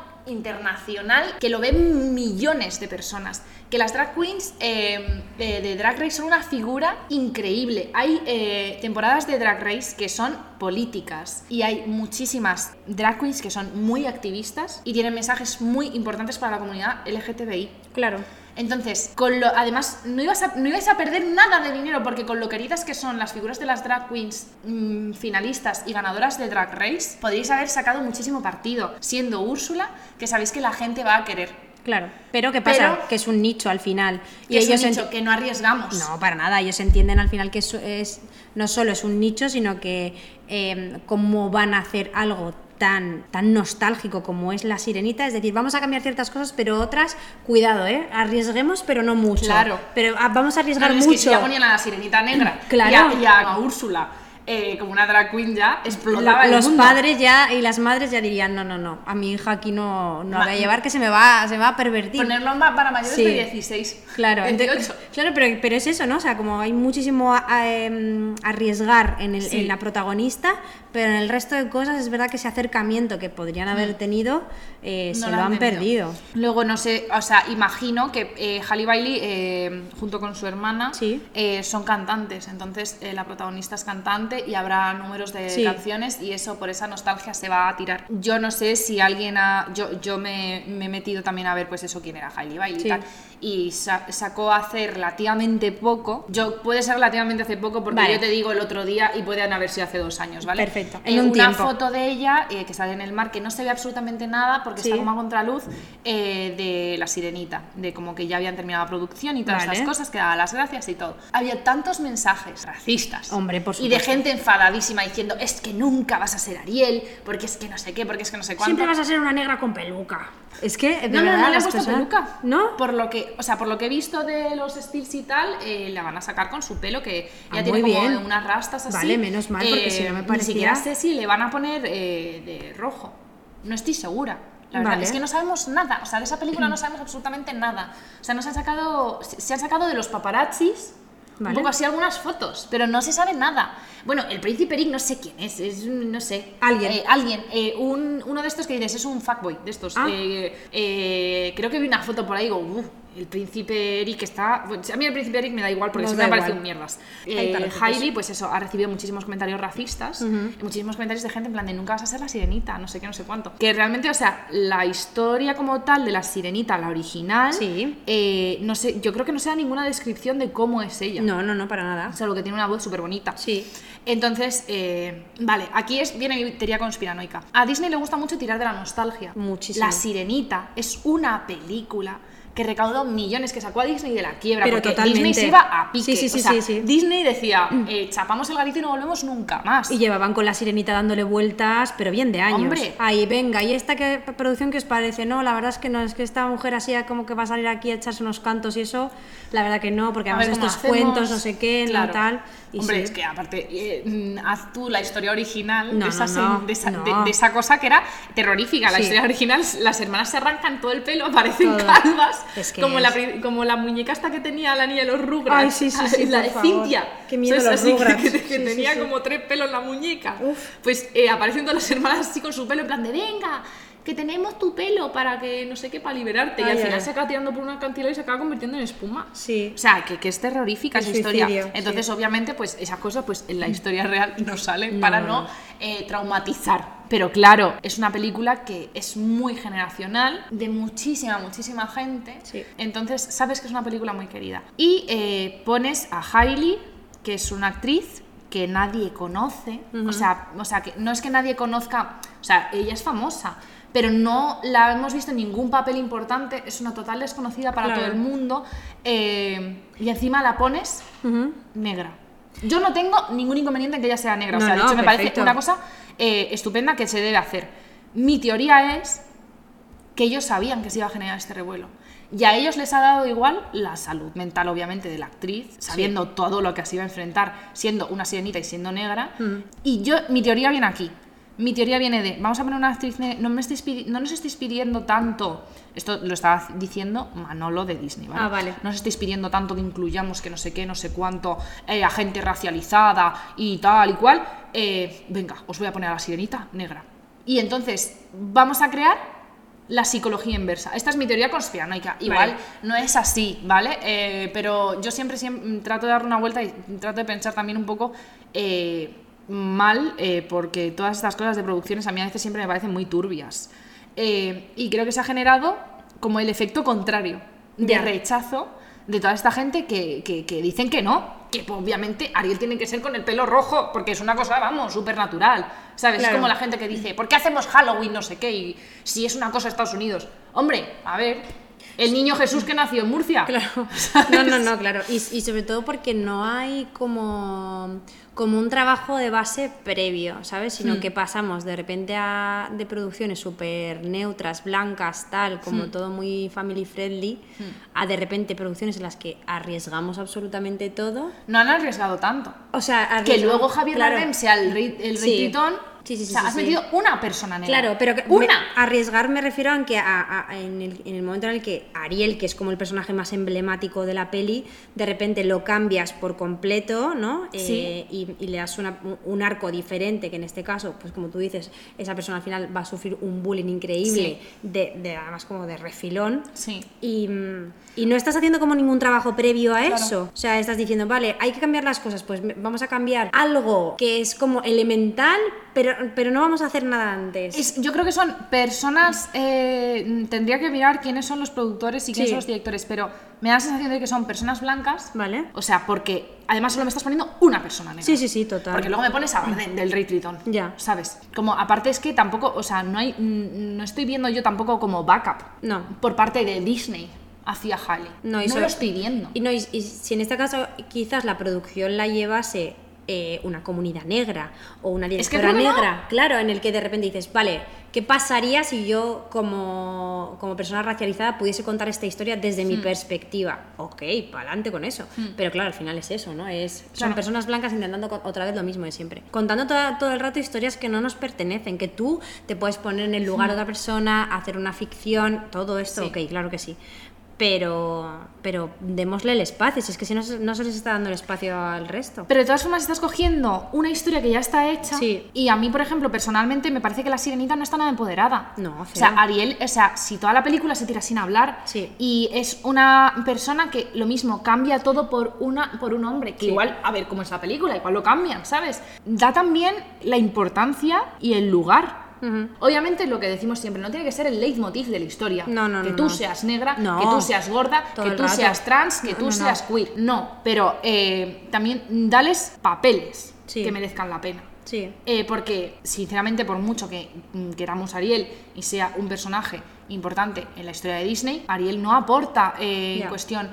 S1: internacional que lo ven millones de personas. Que las drag queens eh, de, de Drag Race son una figura increíble. Hay eh, temporadas de Drag Race que son políticas y hay muchísimas drag queens que son muy activistas y tienen mensajes muy importantes para la comunidad LGTBI.
S2: Claro.
S1: Entonces, con lo, además, no ibas, a, no ibas a perder nada de dinero porque con lo queridas que son las figuras de las drag queens mm, finalistas y ganadoras de Drag Race, podríais haber sacado muchísimo partido, siendo Úrsula, que sabéis que la gente va a querer.
S2: Claro. Pero ¿qué pasa?
S1: Pero-
S2: que es un nicho al final.
S1: Que es un
S2: enti-
S1: nicho que no arriesgamos.
S2: No, para nada. Ellos entienden al final que eso es, no solo es un nicho, sino que eh, cómo van a hacer algo tan, tan nostálgico como es la sirenita. Es decir, vamos a cambiar ciertas cosas, pero otras, cuidado, ¿eh? Arriesguemos, pero no mucho.
S1: Claro.
S2: Pero ah, vamos a
S1: No,
S2: arriesgar
S1: no, es que si
S2: mucho.
S1: ya ponían a la sirenita negra
S2: <clears throat> Claro.
S1: y a, y a- a Úrsula eh, como una drag queen ya, explotaba el
S2: los
S1: mundo.
S2: padres ya y las madres ya dirían no no no a mi hija aquí no, no la voy a llevar que se me va se me va a pervertir
S1: Ponerlo en ba- para mayores
S2: Sí.
S1: de 16.
S2: Claro, ente-
S1: 28.
S2: claro pero, pero es eso, ¿no? O sea, como hay muchísimo a- a, em, arriesgar en, el-
S1: Sí.
S2: en la protagonista, pero en el resto de cosas es verdad que ese acercamiento que podrían haber tenido eh,
S1: Mm. No
S2: se
S1: la
S2: lo han,
S1: tenido.
S2: perdido.
S1: Luego, no sé, o sea, imagino que eh, Halle Bailey, eh, junto con su hermana,
S2: Sí.
S1: eh, son cantantes. Entonces, eh, la protagonista es cantante y habrá números de
S2: Sí.
S1: canciones y eso, por esa nostalgia, se va a tirar. Yo no sé si alguien ha. Yo, yo me, me he metido también a ver, pues eso, quién era Halle Bailey
S2: Sí.
S1: y tal. Y sa- sacó hace relativamente poco. Yo puede ser relativamente hace poco porque
S2: Vale.
S1: yo te digo el otro día y pueden haber sido hace dos años, ¿vale?
S2: Perfecto, en
S1: Eh,
S2: un
S1: una
S2: tiempo.
S1: foto de ella eh, que sale en el mar que no se ve absolutamente nada porque
S2: Sí.
S1: está como a contraluz eh, de la sirenita, de como que ya habían terminado la producción y todas
S2: Vale.
S1: estas cosas, que daba las gracias y todo. Había tantos mensajes racistas.
S2: Hombre, por
S1: Y de
S2: supuesto.
S1: gente enfadadísima diciendo, es que nunca vas a ser Ariel, porque es que no sé qué, porque es que no sé cuánto.
S2: Siempre vas a ser una negra con peluca. Es que, de
S1: no, no,
S2: verdad,
S1: no le han
S2: las
S1: puesto
S2: cosas-
S1: peluca.
S2: ¿No?
S1: Por lo que, o sea, por lo que he visto de los Steels y tal, eh, la van a sacar con su pelo, que ya
S2: Ah,
S1: tiene
S2: muy
S1: como
S2: bien.
S1: unas rastas así. Eh,
S2: Vale, menos mal, porque si no me parecía-
S1: Ni siquiera sé si le van a poner eh, de rojo. No estoy segura. La verdad
S2: Vale.
S1: es que no sabemos nada. O sea, de esa película
S2: <clears throat>
S1: no sabemos absolutamente nada. O sea, nos han sacado. Se se han sacado de los paparazzis.
S2: Vale.
S1: Un poco así algunas fotos, pero no se sabe nada. Bueno, el príncipe Eric no sé quién es, es un- no sé.
S2: Alguien.
S1: Eh, alguien. eh, un- uno de estos que dices, es un fuckboy, de estos.
S2: Ah.
S1: Eh, eh, creo que vi una foto por ahí y digo, "Uf, el príncipe Eric está. bueno, a mí el príncipe Eric me da igual porque
S2: Nos
S1: siempre
S2: da
S1: me ha parecido
S2: igual.
S1: un mierdas.
S2: Hay
S1: Eh,
S2: talentos.
S1: Hailey, pues eso, ha recibido muchísimos comentarios racistas, muchísimos comentarios de gente en plan de nunca vas a ser la sirenita, no sé qué, no sé cuánto. Que realmente, o sea, la historia como tal de la sirenita, la original,
S2: Sí.
S1: eh, no sé, yo creo que no se da ninguna descripción de cómo es ella.
S2: No, no, no, para nada.
S1: Solo que tiene una voz súper bonita.
S2: Sí.
S1: Entonces, eh, vale, aquí es, viene mi teoría conspiranoica. A Disney le gusta mucho tirar de la nostalgia.
S2: Muchísimo.
S1: La Sirenita es una película que recaudó millones que sacó a Disney de la quiebra.
S2: Pero
S1: porque
S2: totalmente.
S1: Disney se iba a pique.
S2: Sí, sí, sí,
S1: O sea,
S2: sí, Mm. sí.
S1: Disney decía, eh, chapamos el garito y no volvemos nunca más.
S2: Y llevaban con la sirenita dándole vueltas, pero bien de años.
S1: Hombre.
S2: Ahí, venga, ¿y esta qué producción que os parece? No, la verdad es que no, es que esta mujer así como que va a salir aquí a echarse unos cantos y eso, la verdad que no, porque
S1: A
S2: además
S1: ver cómo
S2: estos
S1: hacemos.
S2: cuentos, no sé qué, no
S1: Claro.
S2: tal. Y
S1: Hombre,
S2: sí.
S1: es que aparte, eh, mm, haz tú la historia original
S2: No,
S1: de, esa,
S2: no,
S1: sen-
S2: no,
S1: de esa-
S2: no.
S1: de- de esa cosa que era terrorífica. La
S2: Sí.
S1: historia original, las hermanas se arrancan todo el pelo, <laughs> aparecen
S2: Todo.
S1: calvas,
S2: Es que
S1: como,
S2: es-
S1: La, pri- como la muñeca hasta que tenía la niña de los Rugrats.
S2: Ay, sí, sí, sí,
S1: la
S2: por favor.
S1: Cintia.
S2: Qué miedo
S1: ¿sabes?
S2: los
S1: Así que-
S2: Rugrats.
S1: <laughs> Que, que
S2: Sí, sí,
S1: tenía
S2: sí.
S1: como tres pelos en la muñeca.
S2: Uf.
S1: Pues eh, aparecen todas las hermanas así con su pelo, en plan de venga. Que tenemos tu pelo para que no sé qué, para liberarte. y
S2: Ay,
S1: al
S2: ay,
S1: final
S2: ay.
S1: se acaba tirando por un acantilado y se acaba convirtiendo en espuma.
S2: Sí.
S1: O sea, que, que es terrorífica
S2: El
S1: esa historia.
S2: suicidio,
S1: Entonces,
S2: sí.
S1: obviamente, pues esas cosas pues, en la historia <laughs> real no salen para no eh, traumatizar. Pero claro, es una película que es muy generacional, de muchísima, muchísima gente.
S2: Sí.
S1: Entonces, sabes que es una película muy querida. Y eh, pones a Hailey, que es una actriz que nadie conoce. o, sea, o sea, que no es que nadie conozca, o sea, ella es famosa. Pero no la hemos visto en ningún papel importante, es una total desconocida para
S2: Claro.
S1: todo el mundo. eh, y encima la pones negra. Yo no tengo ningún inconveniente en que ella sea negra.
S2: No,
S1: o sea, de
S2: no,
S1: hecho, me parece
S2: perfecto.
S1: una cosa eh, estupenda que se debe hacer. Mi teoría es que ellos sabían que se iba a generar este revuelo. Y a ellos les ha dado igual la salud mental, obviamente, de la actriz, sabiendo todo lo que se iba a enfrentar, siendo una sirenita y siendo negra.
S2: Mm.
S1: Y yo, mi teoría viene aquí. Mi teoría viene de, vamos a poner una actriz negra, no, me estáis pidi- no nos estáis pidiendo tanto, esto lo estaba diciendo Manolo de Disney, ¿vale?
S2: Ah, vale.
S1: No os estáis pidiendo tanto que incluyamos que no sé qué, no sé cuánto, eh, a gente racializada y tal y cual. Eh, venga, os voy a poner a la sirenita negra. Y entonces vamos a crear la psicología inversa. Esta es mi teoría conspiranoica. Igual
S2: Vale.
S1: no es así, ¿vale? Eh, pero yo siempre, siem- trato de dar una vuelta y trato de pensar también un poco eh, mal, eh, porque todas estas cosas de producciones a mí a veces siempre me parecen muy turbias. Eh, y creo que se ha generado como el efecto contrario de
S2: Ya.
S1: rechazo de toda esta gente que, que- que dicen que no, que pues, obviamente Ariel tiene que ser con el pelo rojo, porque es una cosa, vamos, súper natural, ¿sabes? Es
S2: Claro.
S1: como la gente que dice, ¿por qué hacemos Halloween no sé qué? Y si es una cosa de Estados Unidos. Hombre, a ver, el niño Jesús que nació en Murcia. <laughs>
S2: Claro.
S1: ¿sabes?
S2: No, no, no, claro. Y, y sobre todo porque no hay como, como un trabajo de base previo, ¿sabes? Sino
S1: Hmm.
S2: que pasamos de repente a, de producciones súper neutras, blancas, tal, como
S1: Hmm.
S2: todo muy family friendly, a de repente producciones en las que arriesgamos absolutamente todo.
S1: No han arriesgado tanto.
S2: O sea,
S1: Que
S2: arriesgamos-
S1: luego Javier
S2: claro.
S1: Bardem sea el rey, el rey
S2: Sí.
S1: tritón.
S2: Sí, sí, sí,
S1: o sea,
S2: sí,
S1: has
S2: sí.
S1: metido una persona negra.
S2: Claro, pero que-
S1: Una.
S2: me- arriesgar me refiero a que a- a- en, el, en el momento en el que Ariel, que es como el personaje más emblemático de la peli, de repente lo cambias por completo, ¿no? Eh,
S1: Sí.
S2: y, y le das una- un- un arco diferente, que en este caso, pues como tú dices, esa persona al final va a sufrir un bullying
S1: Sí.
S2: increíble, de, de- además como de refilón.
S1: Sí.
S2: Y, mm, y no estás haciendo como ningún trabajo previo a eso. O sea, estás diciendo, vale, hay que cambiar las cosas, pues me- vamos a cambiar algo que es como elemental, pero, pero no vamos a hacer nada antes.
S1: Es- yo creo que son personas, eh, tendría que mirar quiénes son los productores y quiénes
S2: Sí.
S1: son los directores, pero me da la sensación de que son personas blancas.
S2: Vale.
S1: O sea, porque además solo me estás poniendo una persona negra.
S2: Sí, sí, sí, total.
S1: Porque luego me pones a Bardem del Rey Tritón.
S2: Ya.
S1: ¿Sabes? Como aparte es que tampoco, o sea, no hay mm, no estoy viendo yo tampoco como backup.
S2: No.
S1: Por parte de Disney hacia Halle.
S2: No, y
S1: no
S2: sobre-
S1: lo estoy viendo.
S2: Y, no, y, y si en este caso quizás la producción la llevase eh, una comunidad negra o una
S1: Es que
S2: directora
S1: creo que no.
S2: negra, claro, en el que de repente dices, vale, ¿qué pasaría si yo como, como persona racializada pudiese contar esta historia desde
S1: Hmm.
S2: mi perspectiva? Ok, pa'lante con eso. Pero claro, al final es eso, ¿no? Es, son
S1: Claro.
S2: personas blancas intentando co- otra vez lo mismo de siempre. Contando toda- todo el rato historias que no nos pertenecen, que tú te puedes poner en el lugar de otra persona, hacer una ficción, todo esto,
S1: Sí.
S2: ok, claro que sí. Pero, pero démosle el espacio, si es que si no, se- no se les está dando el espacio al resto.
S1: Pero de todas formas estás cogiendo una historia que ya está hecha
S2: Sí.
S1: y a mí, por ejemplo, personalmente me parece que la sirenita no está nada empoderada.
S2: No,
S1: o sea,
S2: cero.
S1: Ariel, o sea, si toda la película se tira sin hablar
S2: Sí.
S1: y es una persona que lo mismo cambia todo por una por un hombre, que
S2: Sí.
S1: igual, a ver cómo es la película, igual lo cambian, ¿sabes? Da también la importancia y el lugar.
S2: Ujú.
S1: Obviamente lo que decimos siempre, no tiene que ser el leitmotiv de la historia.
S2: No, no,
S1: que
S2: no,
S1: tú
S2: no.
S1: seas negra,
S2: No.
S1: que tú seas gorda,
S2: Todo
S1: que
S2: el
S1: tú
S2: rato.
S1: seas trans, que
S2: No,
S1: tú
S2: no, no.
S1: seas queer. No, pero eh, también dales papeles
S2: Sí.
S1: que merezcan la pena.
S2: Sí.
S1: Eh, porque, sinceramente, por mucho que mm, queramos a Ariel y sea un personaje importante en la historia de Disney, Ariel no aporta eh, en
S2: Ya.
S1: cuestión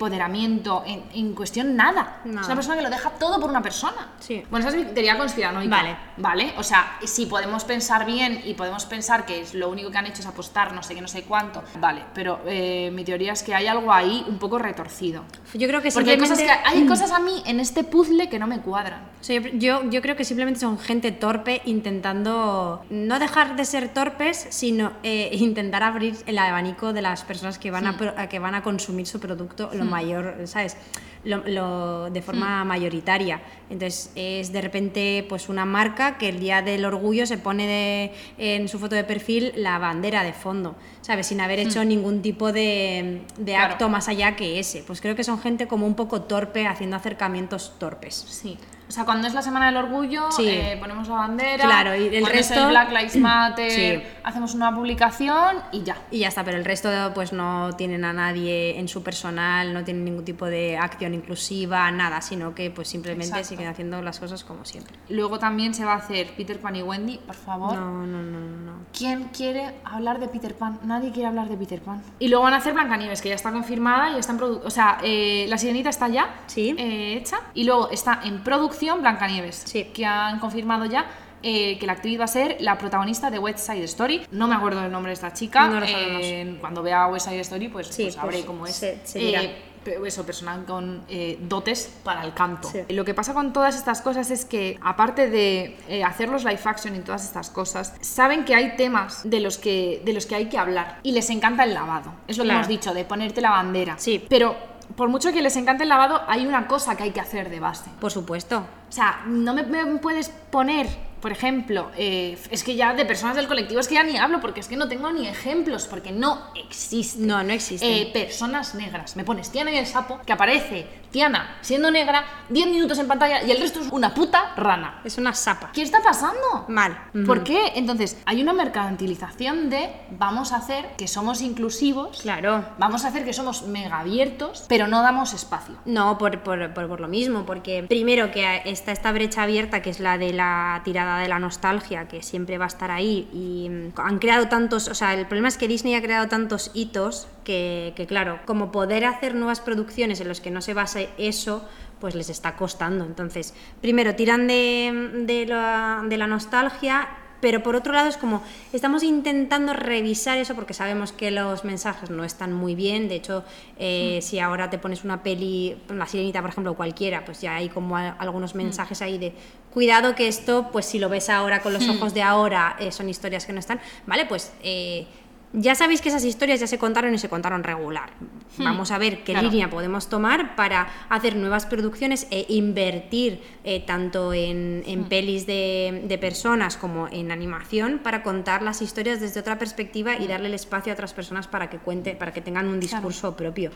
S1: empoderamiento, en, en cuestión nada.
S2: Nada.
S1: Es una persona que lo deja todo por una persona.
S2: Sí.
S1: Bueno, esa es mi teoría conspiranoica.
S2: Vale.
S1: Vale, o sea, si podemos pensar bien y podemos pensar que es lo único que han hecho es apostar no sé qué, no sé cuánto, vale, pero eh, mi teoría es que hay algo ahí un poco retorcido.
S2: Yo creo que
S1: Porque hay cosas, que,
S2: simplemente- <clears throat>
S1: hay cosas a mí en este puzzle que no me cuadran.
S2: O sea, yo, yo creo que simplemente son gente torpe intentando no dejar de ser torpes, sino eh, <laughs> intentar abrir el abanico de las personas que van, a, pro- a que van a consumir su producto lo mayor, ¿sabes? Lo, lo- de forma mayoritaria. Entonces es de repente pues una marca que el día del orgullo se pone de- en su foto de perfil la bandera de fondo, ¿sabes? Sin haber hecho ningún tipo de, de
S1: Claro.
S2: acto más allá que ese. Pues creo que son gente como un poco torpe haciendo acercamientos torpes.
S1: Sí. O sea, cuando es la Semana del Orgullo,
S2: Sí.
S1: eh, ponemos la bandera.
S2: Claro, y el
S1: cuando es
S2: resto-
S1: Black
S2: <clears throat>
S1: Lives Matter,
S2: Sí.
S1: hacemos una publicación y ya.
S2: Y ya está, pero el resto pues no tienen a nadie en su personal, no tienen ningún tipo de acción inclusiva, nada, sino que pues simplemente
S1: Exacto.
S2: siguen haciendo las cosas como siempre.
S1: Luego también se va a hacer Peter Pan y Wendy, por favor.
S2: No, no, no, no, no.
S1: ¿Quién quiere hablar de Peter Pan? Nadie quiere hablar de Peter Pan. Y luego van a hacer Blancanieves, que ya está confirmada y está en produ- O sea, eh, la sirenita está ya
S2: Sí.
S1: eh, hecha. Y luego está en producción Blancanieves,
S2: Sí.
S1: que han confirmado ya. eh, que la actriz va a ser la protagonista de West Side Story. No me acuerdo el nombre de esta chica.
S2: No lo
S1: eh,
S2: sabemos.
S1: cuando vea West Side Story, pues,
S2: Sí,
S1: pues sabré
S2: pues
S1: cómo es.
S2: se- se dirá.
S1: Eh, pero eso, personal con eh, dotes para el canto.
S2: Sí.
S1: Lo que pasa con todas estas cosas es que, aparte de eh, hacer los live action y todas estas cosas, saben que hay temas de los que, de los que hay que hablar y les encanta el lavado. Es lo que
S2: Claro.
S1: hemos dicho, de ponerte la bandera.
S2: Sí.
S1: Pero por mucho que les encante el lavado, hay una cosa que hay que hacer de base.
S2: Por supuesto.
S1: O sea, no me, me puedes poner, por ejemplo, eh, es que ya de personas del colectivo es que ya ni hablo porque es que no tengo ni ejemplos, porque no existen.
S2: No, no existen.
S1: Eh, personas negras. Me pones Tiana y el sapo, que aparece Tiana siendo negra, 10 minutos en pantalla y el resto es una puta rana.
S2: Es una sapa.
S1: ¿Qué está pasando?
S2: Mal.
S1: ¿Por
S2: Ujú.
S1: qué? Entonces, hay una mercantilización de vamos a hacer que somos inclusivos,
S2: Claro.
S1: vamos a hacer que somos mega abiertos, pero no damos espacio.
S2: No, por, por, por- por lo mismo, porque primero que a- está esta brecha abierta que es la de la tirada de la nostalgia, que siempre va a estar ahí, y mm, han creado tantos, o sea, el problema es que Disney ha creado tantos hitos que, que, claro, como poder hacer nuevas producciones en los que no se base eso, pues les está costando. Entonces, primero tiran de, de la, de la nostalgia. Pero por otro lado es como, estamos intentando revisar eso porque sabemos que los mensajes no están muy bien. De hecho, eh, si ahora te pones una peli, La Sirenita, por ejemplo, cualquiera, pues ya hay como a- algunos mensajes ahí de, cuidado que esto, pues si lo ves ahora con los ojos de ahora, eh, son historias que no están. Vale, pues eh, ya sabéis que esas historias ya se contaron y se contaron regular. Vamos a ver qué
S1: Claro.
S2: línea podemos tomar para hacer nuevas producciones e invertir eh, tanto en, en
S1: Mm.
S2: pelis de, de personas como en animación para contar las historias desde otra perspectiva
S1: Mm.
S2: y darle el espacio a otras personas para que cuente, para que tengan un discurso propio.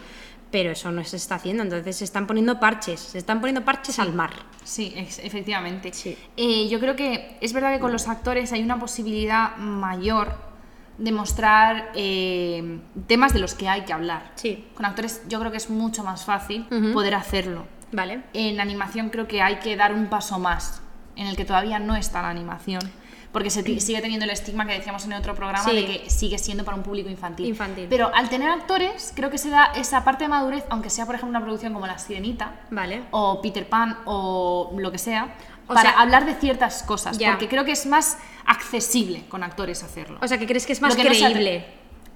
S2: Pero eso no se está haciendo, entonces se están poniendo parches, se están poniendo parches al mar.
S1: Sí, ex- efectivamente.
S2: Sí.
S1: Eh, yo creo que es verdad que con los actores hay una posibilidad mayor de mostrar eh, temas de los que hay que hablar.
S2: Sí.
S1: Con actores yo creo que es mucho más fácil
S2: Ujú.
S1: poder hacerlo.
S2: ¿Vale?
S1: En animación creo que hay que dar un paso más, en el que todavía no está la animación. Porque se ti- sigue teniendo el estigma que decíamos en el otro programa
S2: Sí.
S1: de que sigue siendo para un público infantil.
S2: Infantil.
S1: Pero al tener actores, creo que se da esa parte de madurez, aunque sea, por ejemplo, una producción como La Sirenita,
S2: Vale.
S1: o Peter Pan o lo que sea,
S2: O
S1: para
S2: sea-
S1: hablar de ciertas cosas,
S2: Ya.
S1: porque creo que es más accesible con actores hacerlo.
S2: O sea, que crees que es más
S1: Lo que no se atre-
S2: creíble.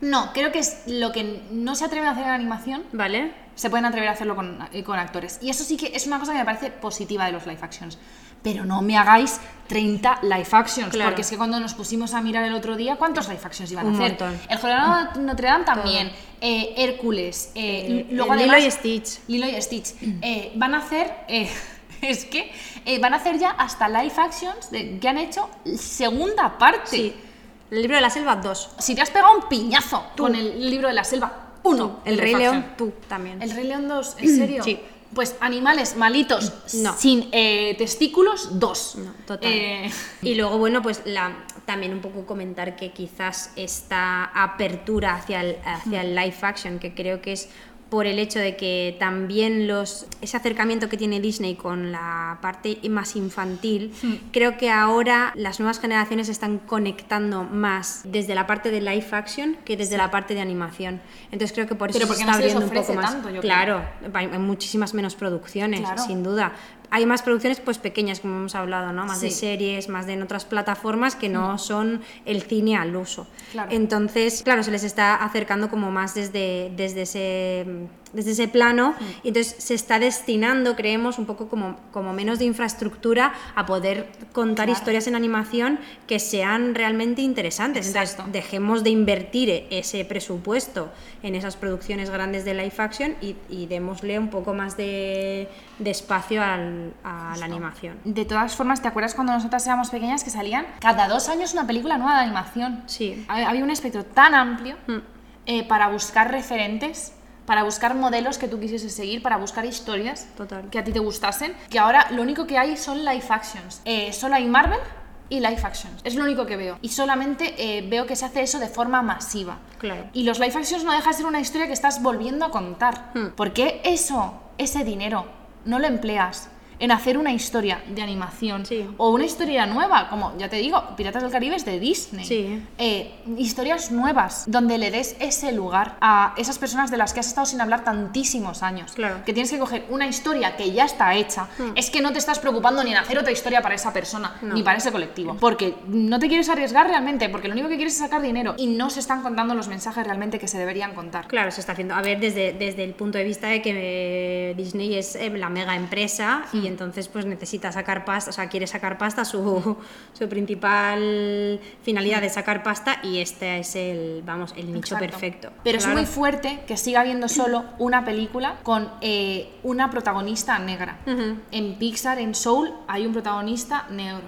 S1: No, creo que es lo que no se atreven a hacer en animación,
S2: ¿Vale?
S1: se pueden atrever a hacerlo con, eh, con actores. Y eso sí que es una cosa que me parece positiva de los live actions. Pero no me hagáis 30 live actions,
S2: Claro.
S1: porque es que cuando nos pusimos a mirar el otro día, ¿cuántos live actions iban a
S2: Un
S1: hacer?
S2: montón.
S1: El Jornal de Notre Dame también, eh, Hércules, eh,
S2: El-
S1: luego
S2: el Lilo
S1: además-
S2: y Stitch.
S1: Lilo y Stitch.
S2: Mm.
S1: Eh, van a hacer. eh, <laughs> es que. eh, van a hacer ya hasta live actions de- que han hecho segunda parte.
S2: Sí. El libro de la selva 2.
S1: Si te has pegado un piñazo
S2: Tú.
S1: con el libro de la selva 1.
S2: El Rey León, tú también.
S1: El Rey León
S2: <clears throat>
S1: 2, ¿en serio?
S2: Sí.
S1: Pues animales malitos
S2: No.
S1: sin eh, testículos, 2.
S2: No, total.
S1: Eh,
S2: Y luego, bueno, pues la, también un poco comentar que quizás esta apertura hacia el, hacia el live action, que creo que es por el hecho de que también los ese acercamiento que tiene Disney con la parte más infantil,
S1: Hmm.
S2: creo que ahora las nuevas generaciones están conectando más desde la parte de live action que desde la parte de animación. Entonces creo que por eso
S1: Pero
S2: se
S1: porque
S2: está
S1: no se les
S2: abriendo un poco
S1: ofrece
S2: más.
S1: tanto, yo creo.
S2: claro, hay hay muchísimas menos producciones,
S1: Claro.
S2: sin duda. Hay más producciones pues pequeñas, como hemos hablado, ¿no? Más de
S1: Sí. Mm.
S2: series, más de en otras plataformas que no son el cine al uso.
S1: Claro.
S2: Entonces, claro, se les está acercando como más desde, desde, ese, desde ese
S1: Mm.
S2: plano y entonces se está destinando, creemos, un poco como, como menos de infraestructura a poder contar historias en animación que sean realmente interesantes.
S1: Exacto.
S2: Entonces, dejemos de invertir e- ese presupuesto en esas producciones grandes de live action y, y démosle un poco más de, de espacio al- a la animación.
S1: De todas formas, ¿te acuerdas cuando nosotras éramos pequeñas que salían cada dos años una película nueva de animación?
S2: Sí. Mm.
S1: Ha- Había un espectro tan amplio eh, para buscar referentes, para buscar modelos que tú quisieses seguir, para buscar historias
S2: Total.
S1: que a ti te gustasen, que ahora lo único que hay son live actions. Eh, solo hay Marvel y live actions. Es lo único que veo. Y solamente eh, veo que se hace eso de forma masiva.
S2: Claro.
S1: Y los live actions no deja de ser una historia que estás volviendo a contar.
S2: Hmm.
S1: ¿Por qué eso, ese dinero, no lo empleas en hacer una historia de animación
S2: Sí.
S1: o una historia nueva? Como ya te digo, Piratas del Caribe es de Disney.
S2: Sí.
S1: Eh, historias nuevas donde le des ese lugar a esas personas de las que has estado sin hablar tantísimos años.
S2: Claro. Hmm.
S1: Que tienes que coger una historia que ya está hecha. Es que no te estás preocupando ni en hacer otra historia para esa persona,
S2: No.
S1: ni para ese colectivo. Porque no te quieres arriesgar realmente, porque lo único que quieres es sacar dinero. Y no se están contando los mensajes realmente que se deberían contar.
S2: Claro, se está haciendo. A ver, desde, desde el punto de vista de que eh, Disney es eh, la mega empresa
S1: Hmm.
S2: y entonces pues necesita sacar pasta, o sea, quiere sacar pasta, su, <laughs> su principal finalidad es sacar pasta y este es el, vamos, el nicho
S1: Exacto.
S2: perfecto.
S1: Pero
S2: Claro.
S1: es muy fuerte que siga habiendo solo una película con eh, una protagonista negra.
S2: Ujú.
S1: En Pixar, en Soul, hay un protagonista negro.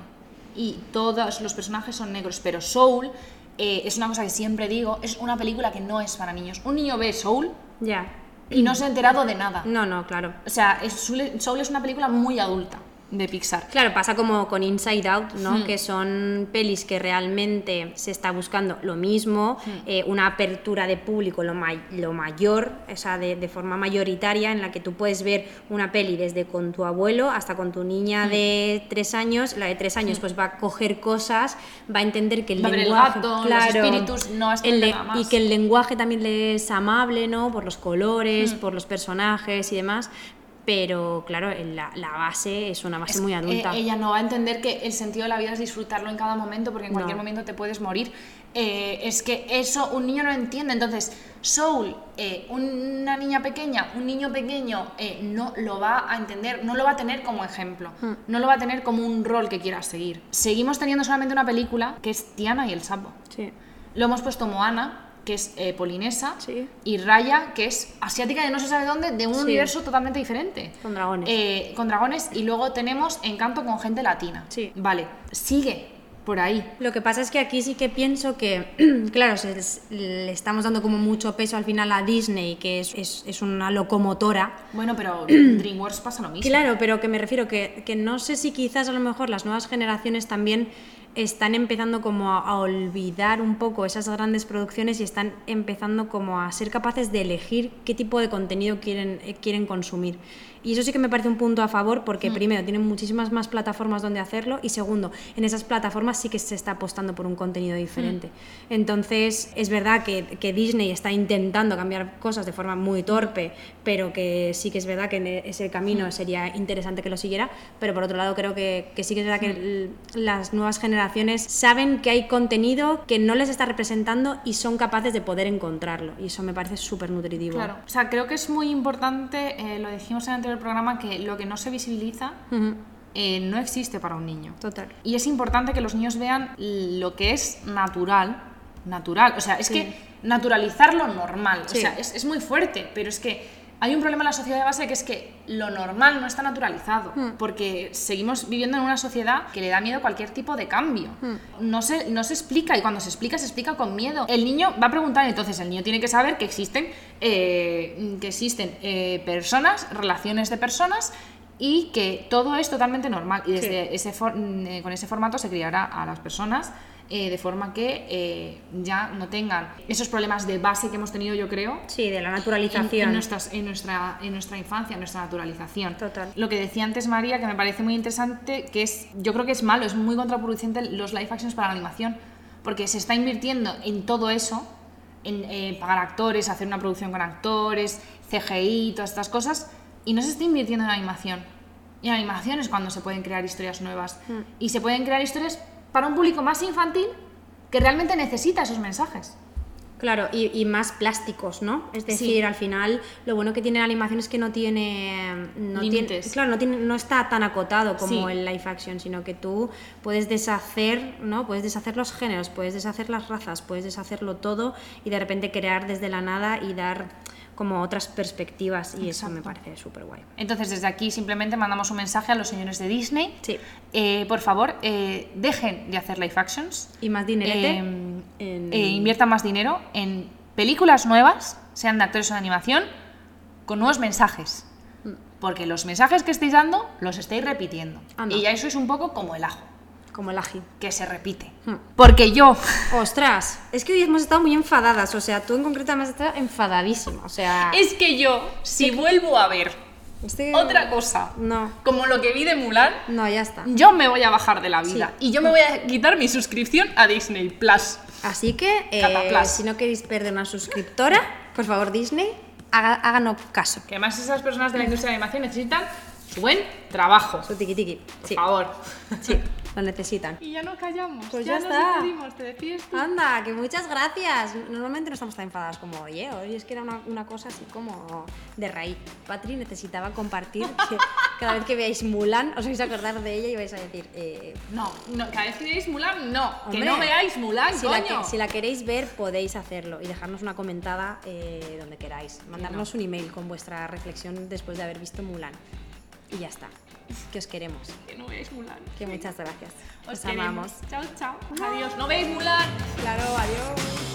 S1: Y todos los personajes son negros. Pero Soul, eh, es una cosa que siempre digo, es una película que no es para niños. Un niño ve Soul
S2: Ya.
S1: y no se ha enterado de nada.
S2: No, no, claro.
S1: O sea, es- Soul Soul es una película muy adulta de Pixar.
S2: Claro, pasa como con Inside Out,
S1: Hmm.
S2: ¿no? Que son pelis que realmente se está buscando lo mismo,
S1: Hmm.
S2: eh, una apertura de público lo, may- lo mayor, o sea, de, de forma mayoritaria, en la que tú puedes ver una peli desde con tu abuelo hasta con tu
S1: Hmm.
S2: niña de tres años. La de tres años, pues va a coger cosas, va a entender que el
S1: Va a ver el
S2: lenguaje,
S1: gato, los espíritus, no has
S2: el le-
S1: entendido nada
S2: y
S1: más.
S2: que el lenguaje también le es amable, ¿no? Por los colores, por los personajes y demás. Pero claro, el- la, la base es una base muy
S1: Eh,
S2: adulta.
S1: ella no va a entender que el sentido de la vida es disfrutarlo en cada momento, porque en
S2: No.
S1: cualquier momento te puedes morir. Eh, es que eso un niño no entiende. Entonces, Soul, eh, una niña pequeña, un niño pequeño, eh, no lo va a entender, no lo va a tener como ejemplo,
S2: Hmm.
S1: no lo va a tener como un rol que quiera seguir. Seguimos teniendo solamente una película que es Tiana y el sapo.
S2: Sí.
S1: Lo hemos puesto Moana, que es eh, polinesa,
S2: Sí.
S1: y Raya, que es asiática de no se sabe dónde, de un
S2: Sí.
S1: universo totalmente diferente.
S2: Con dragones.
S1: Eh, con dragones, y luego tenemos Encanto con gente latina.
S2: Sí.
S1: Vale, sigue por ahí.
S2: Lo que pasa es que aquí sí que pienso que, <clears throat> claro, se les- le estamos dando como mucho peso al final a Disney, que es, es- es una locomotora.
S1: Bueno, pero
S2: <clears throat>
S1: DreamWorks pasa lo mismo.
S2: Claro, pero que me refiero que, que no sé si quizás a lo mejor las nuevas generaciones también están empezando como a, a olvidar un poco esas grandes producciones y están empezando como a ser capaces de elegir qué tipo de contenido quieren, eh, quieren consumir. Y eso sí que me parece un punto a favor porque primero tienen muchísimas más plataformas donde hacerlo y segundo, en esas plataformas sí que se está apostando por un contenido diferente. Entonces, es verdad que, que Disney está intentando cambiar cosas de forma muy torpe, pero que sí que es verdad que en e- ese
S1: Mm.
S2: camino sería interesante que lo siguiera, pero por otro lado creo que, que sí que es verdad que
S1: Mm.
S2: l- las nuevas generaciones saben que hay contenido que no les está representando y son capaces de poder encontrarlo y eso me parece súper nutritivo.
S1: Claro. O sea, creo que es muy importante, eh, lo dijimos en el anterior programa, que lo que no se visibiliza
S2: Ujú,
S1: eh, no existe para un niño.
S2: Total.
S1: Y es importante que los niños vean lo que es natural, natural. O sea, es que naturalizar lo normal.
S2: Sí.
S1: O sea, es, es muy fuerte, pero es que hay un problema en la sociedad de base que es que lo normal no está naturalizado, porque seguimos viviendo en una sociedad que le da miedo cualquier tipo de cambio. No, se, no se explica y cuando se explica, se explica con miedo. El niño va a preguntar, entonces el niño tiene que saber que existen, eh, que existen eh, personas, relaciones de personas y eh, que todo es totalmente normal y desde ese for- mm, eh, con ese formato se criará a las personas eh, de forma que eh, ya no tengan esos problemas de base que hemos tenido, yo creo,
S2: Sí, de la
S1: en,
S2: naturalización.
S1: en nuestras- en nuestra, en nuestra infancia, en nuestra naturalización.
S2: Total.
S1: Lo que decía antes María, que me parece muy interesante, que es, yo creo que es malo, es muy contraproducente los live actions para la animación, porque se está invirtiendo en todo eso, en eh, pagar actores, hacer una producción con actores, CGI, todas estas cosas, y no se está invirtiendo en animación. Y en animación es cuando se pueden crear historias nuevas.
S2: Mm.
S1: Y se pueden crear historias para un público más infantil que realmente necesita esos mensajes.
S2: Claro, y, y más plásticos, ¿no? Es decir, al final lo bueno que tiene la animación es que no tiene... mm, No tiene-
S1: Límites.
S2: claro, no, tiene, no está tan acotado como
S1: Sí.
S2: el live action, sino que tú puedes deshacer, ¿no? Puedes deshacer los géneros, puedes deshacer las razas, puedes deshacerlo todo y de repente crear desde la nada y dar como otras perspectivas y eso me parece súper guay.
S1: Entonces, desde aquí simplemente mandamos un mensaje a los señores de Disney.
S2: Sí.
S1: Eh, por favor, eh, dejen de hacer live actions.
S2: Y más dinerete.
S1: Eh,
S2: en-
S1: eh, inviertan más dinero en películas nuevas, sean de actores o de animación, con nuevos mensajes. Porque los mensajes que estáis dando los estáis repitiendo.
S2: Anda.
S1: Y ya eso es un poco como el ajo,
S2: Como el ají.
S1: que se repite.
S2: Hmm.
S1: Porque yo
S2: Ostras, es que hoy hemos estado muy enfadadas, o sea, tú en concreto has estado enfadadísima, o sea...
S1: Es que yo, si vuelvo a ver
S2: este-
S1: otra cosa,
S2: No.
S1: como lo que vi de Mulan,
S2: No, ya está.
S1: yo me voy a bajar de la vida.
S2: Sí.
S1: Y yo me voy a quitar mi suscripción a Disney Plus.
S2: Así que, eh,
S1: Cataplas.
S2: si no queréis perder una suscriptora, por favor, Disney, haga- háganos caso.
S1: Que además esas personas de la industria de la animación necesitan su buen trabajo.
S2: Su tiki tiki.
S1: Por
S2: Sí,
S1: favor.
S2: sí, lo necesitan.
S1: <laughs> Y ya nos callamos.
S2: Pues ya ya nos está. despedimos,
S1: te despides
S2: Anda, que muchas gracias. Normalmente no estamos tan enfadadas como hoy, ¿eh? Hoy es que era una, una cosa así como de raíz. Patri necesitaba compartir que cada vez que veáis Mulan os vais a acordar de ella y vais a decir, eh,
S1: No, no, cada vez que veáis Mulan, no. que
S2: Hombre,
S1: no veáis Mulan,
S2: si
S1: coño.
S2: la, que- si la queréis ver, podéis hacerlo y dejarnos una comentada eh, donde queráis. Mandarnos un email con vuestra reflexión después de haber visto Mulan. Y ya está. Que os queremos.
S1: Que no veáis Mulan.
S2: Que muchas gracias.
S1: Os
S2: Pues amamos.
S1: queremos. Chao, chao. Adiós. No veis Mulan.
S2: Claro, adiós.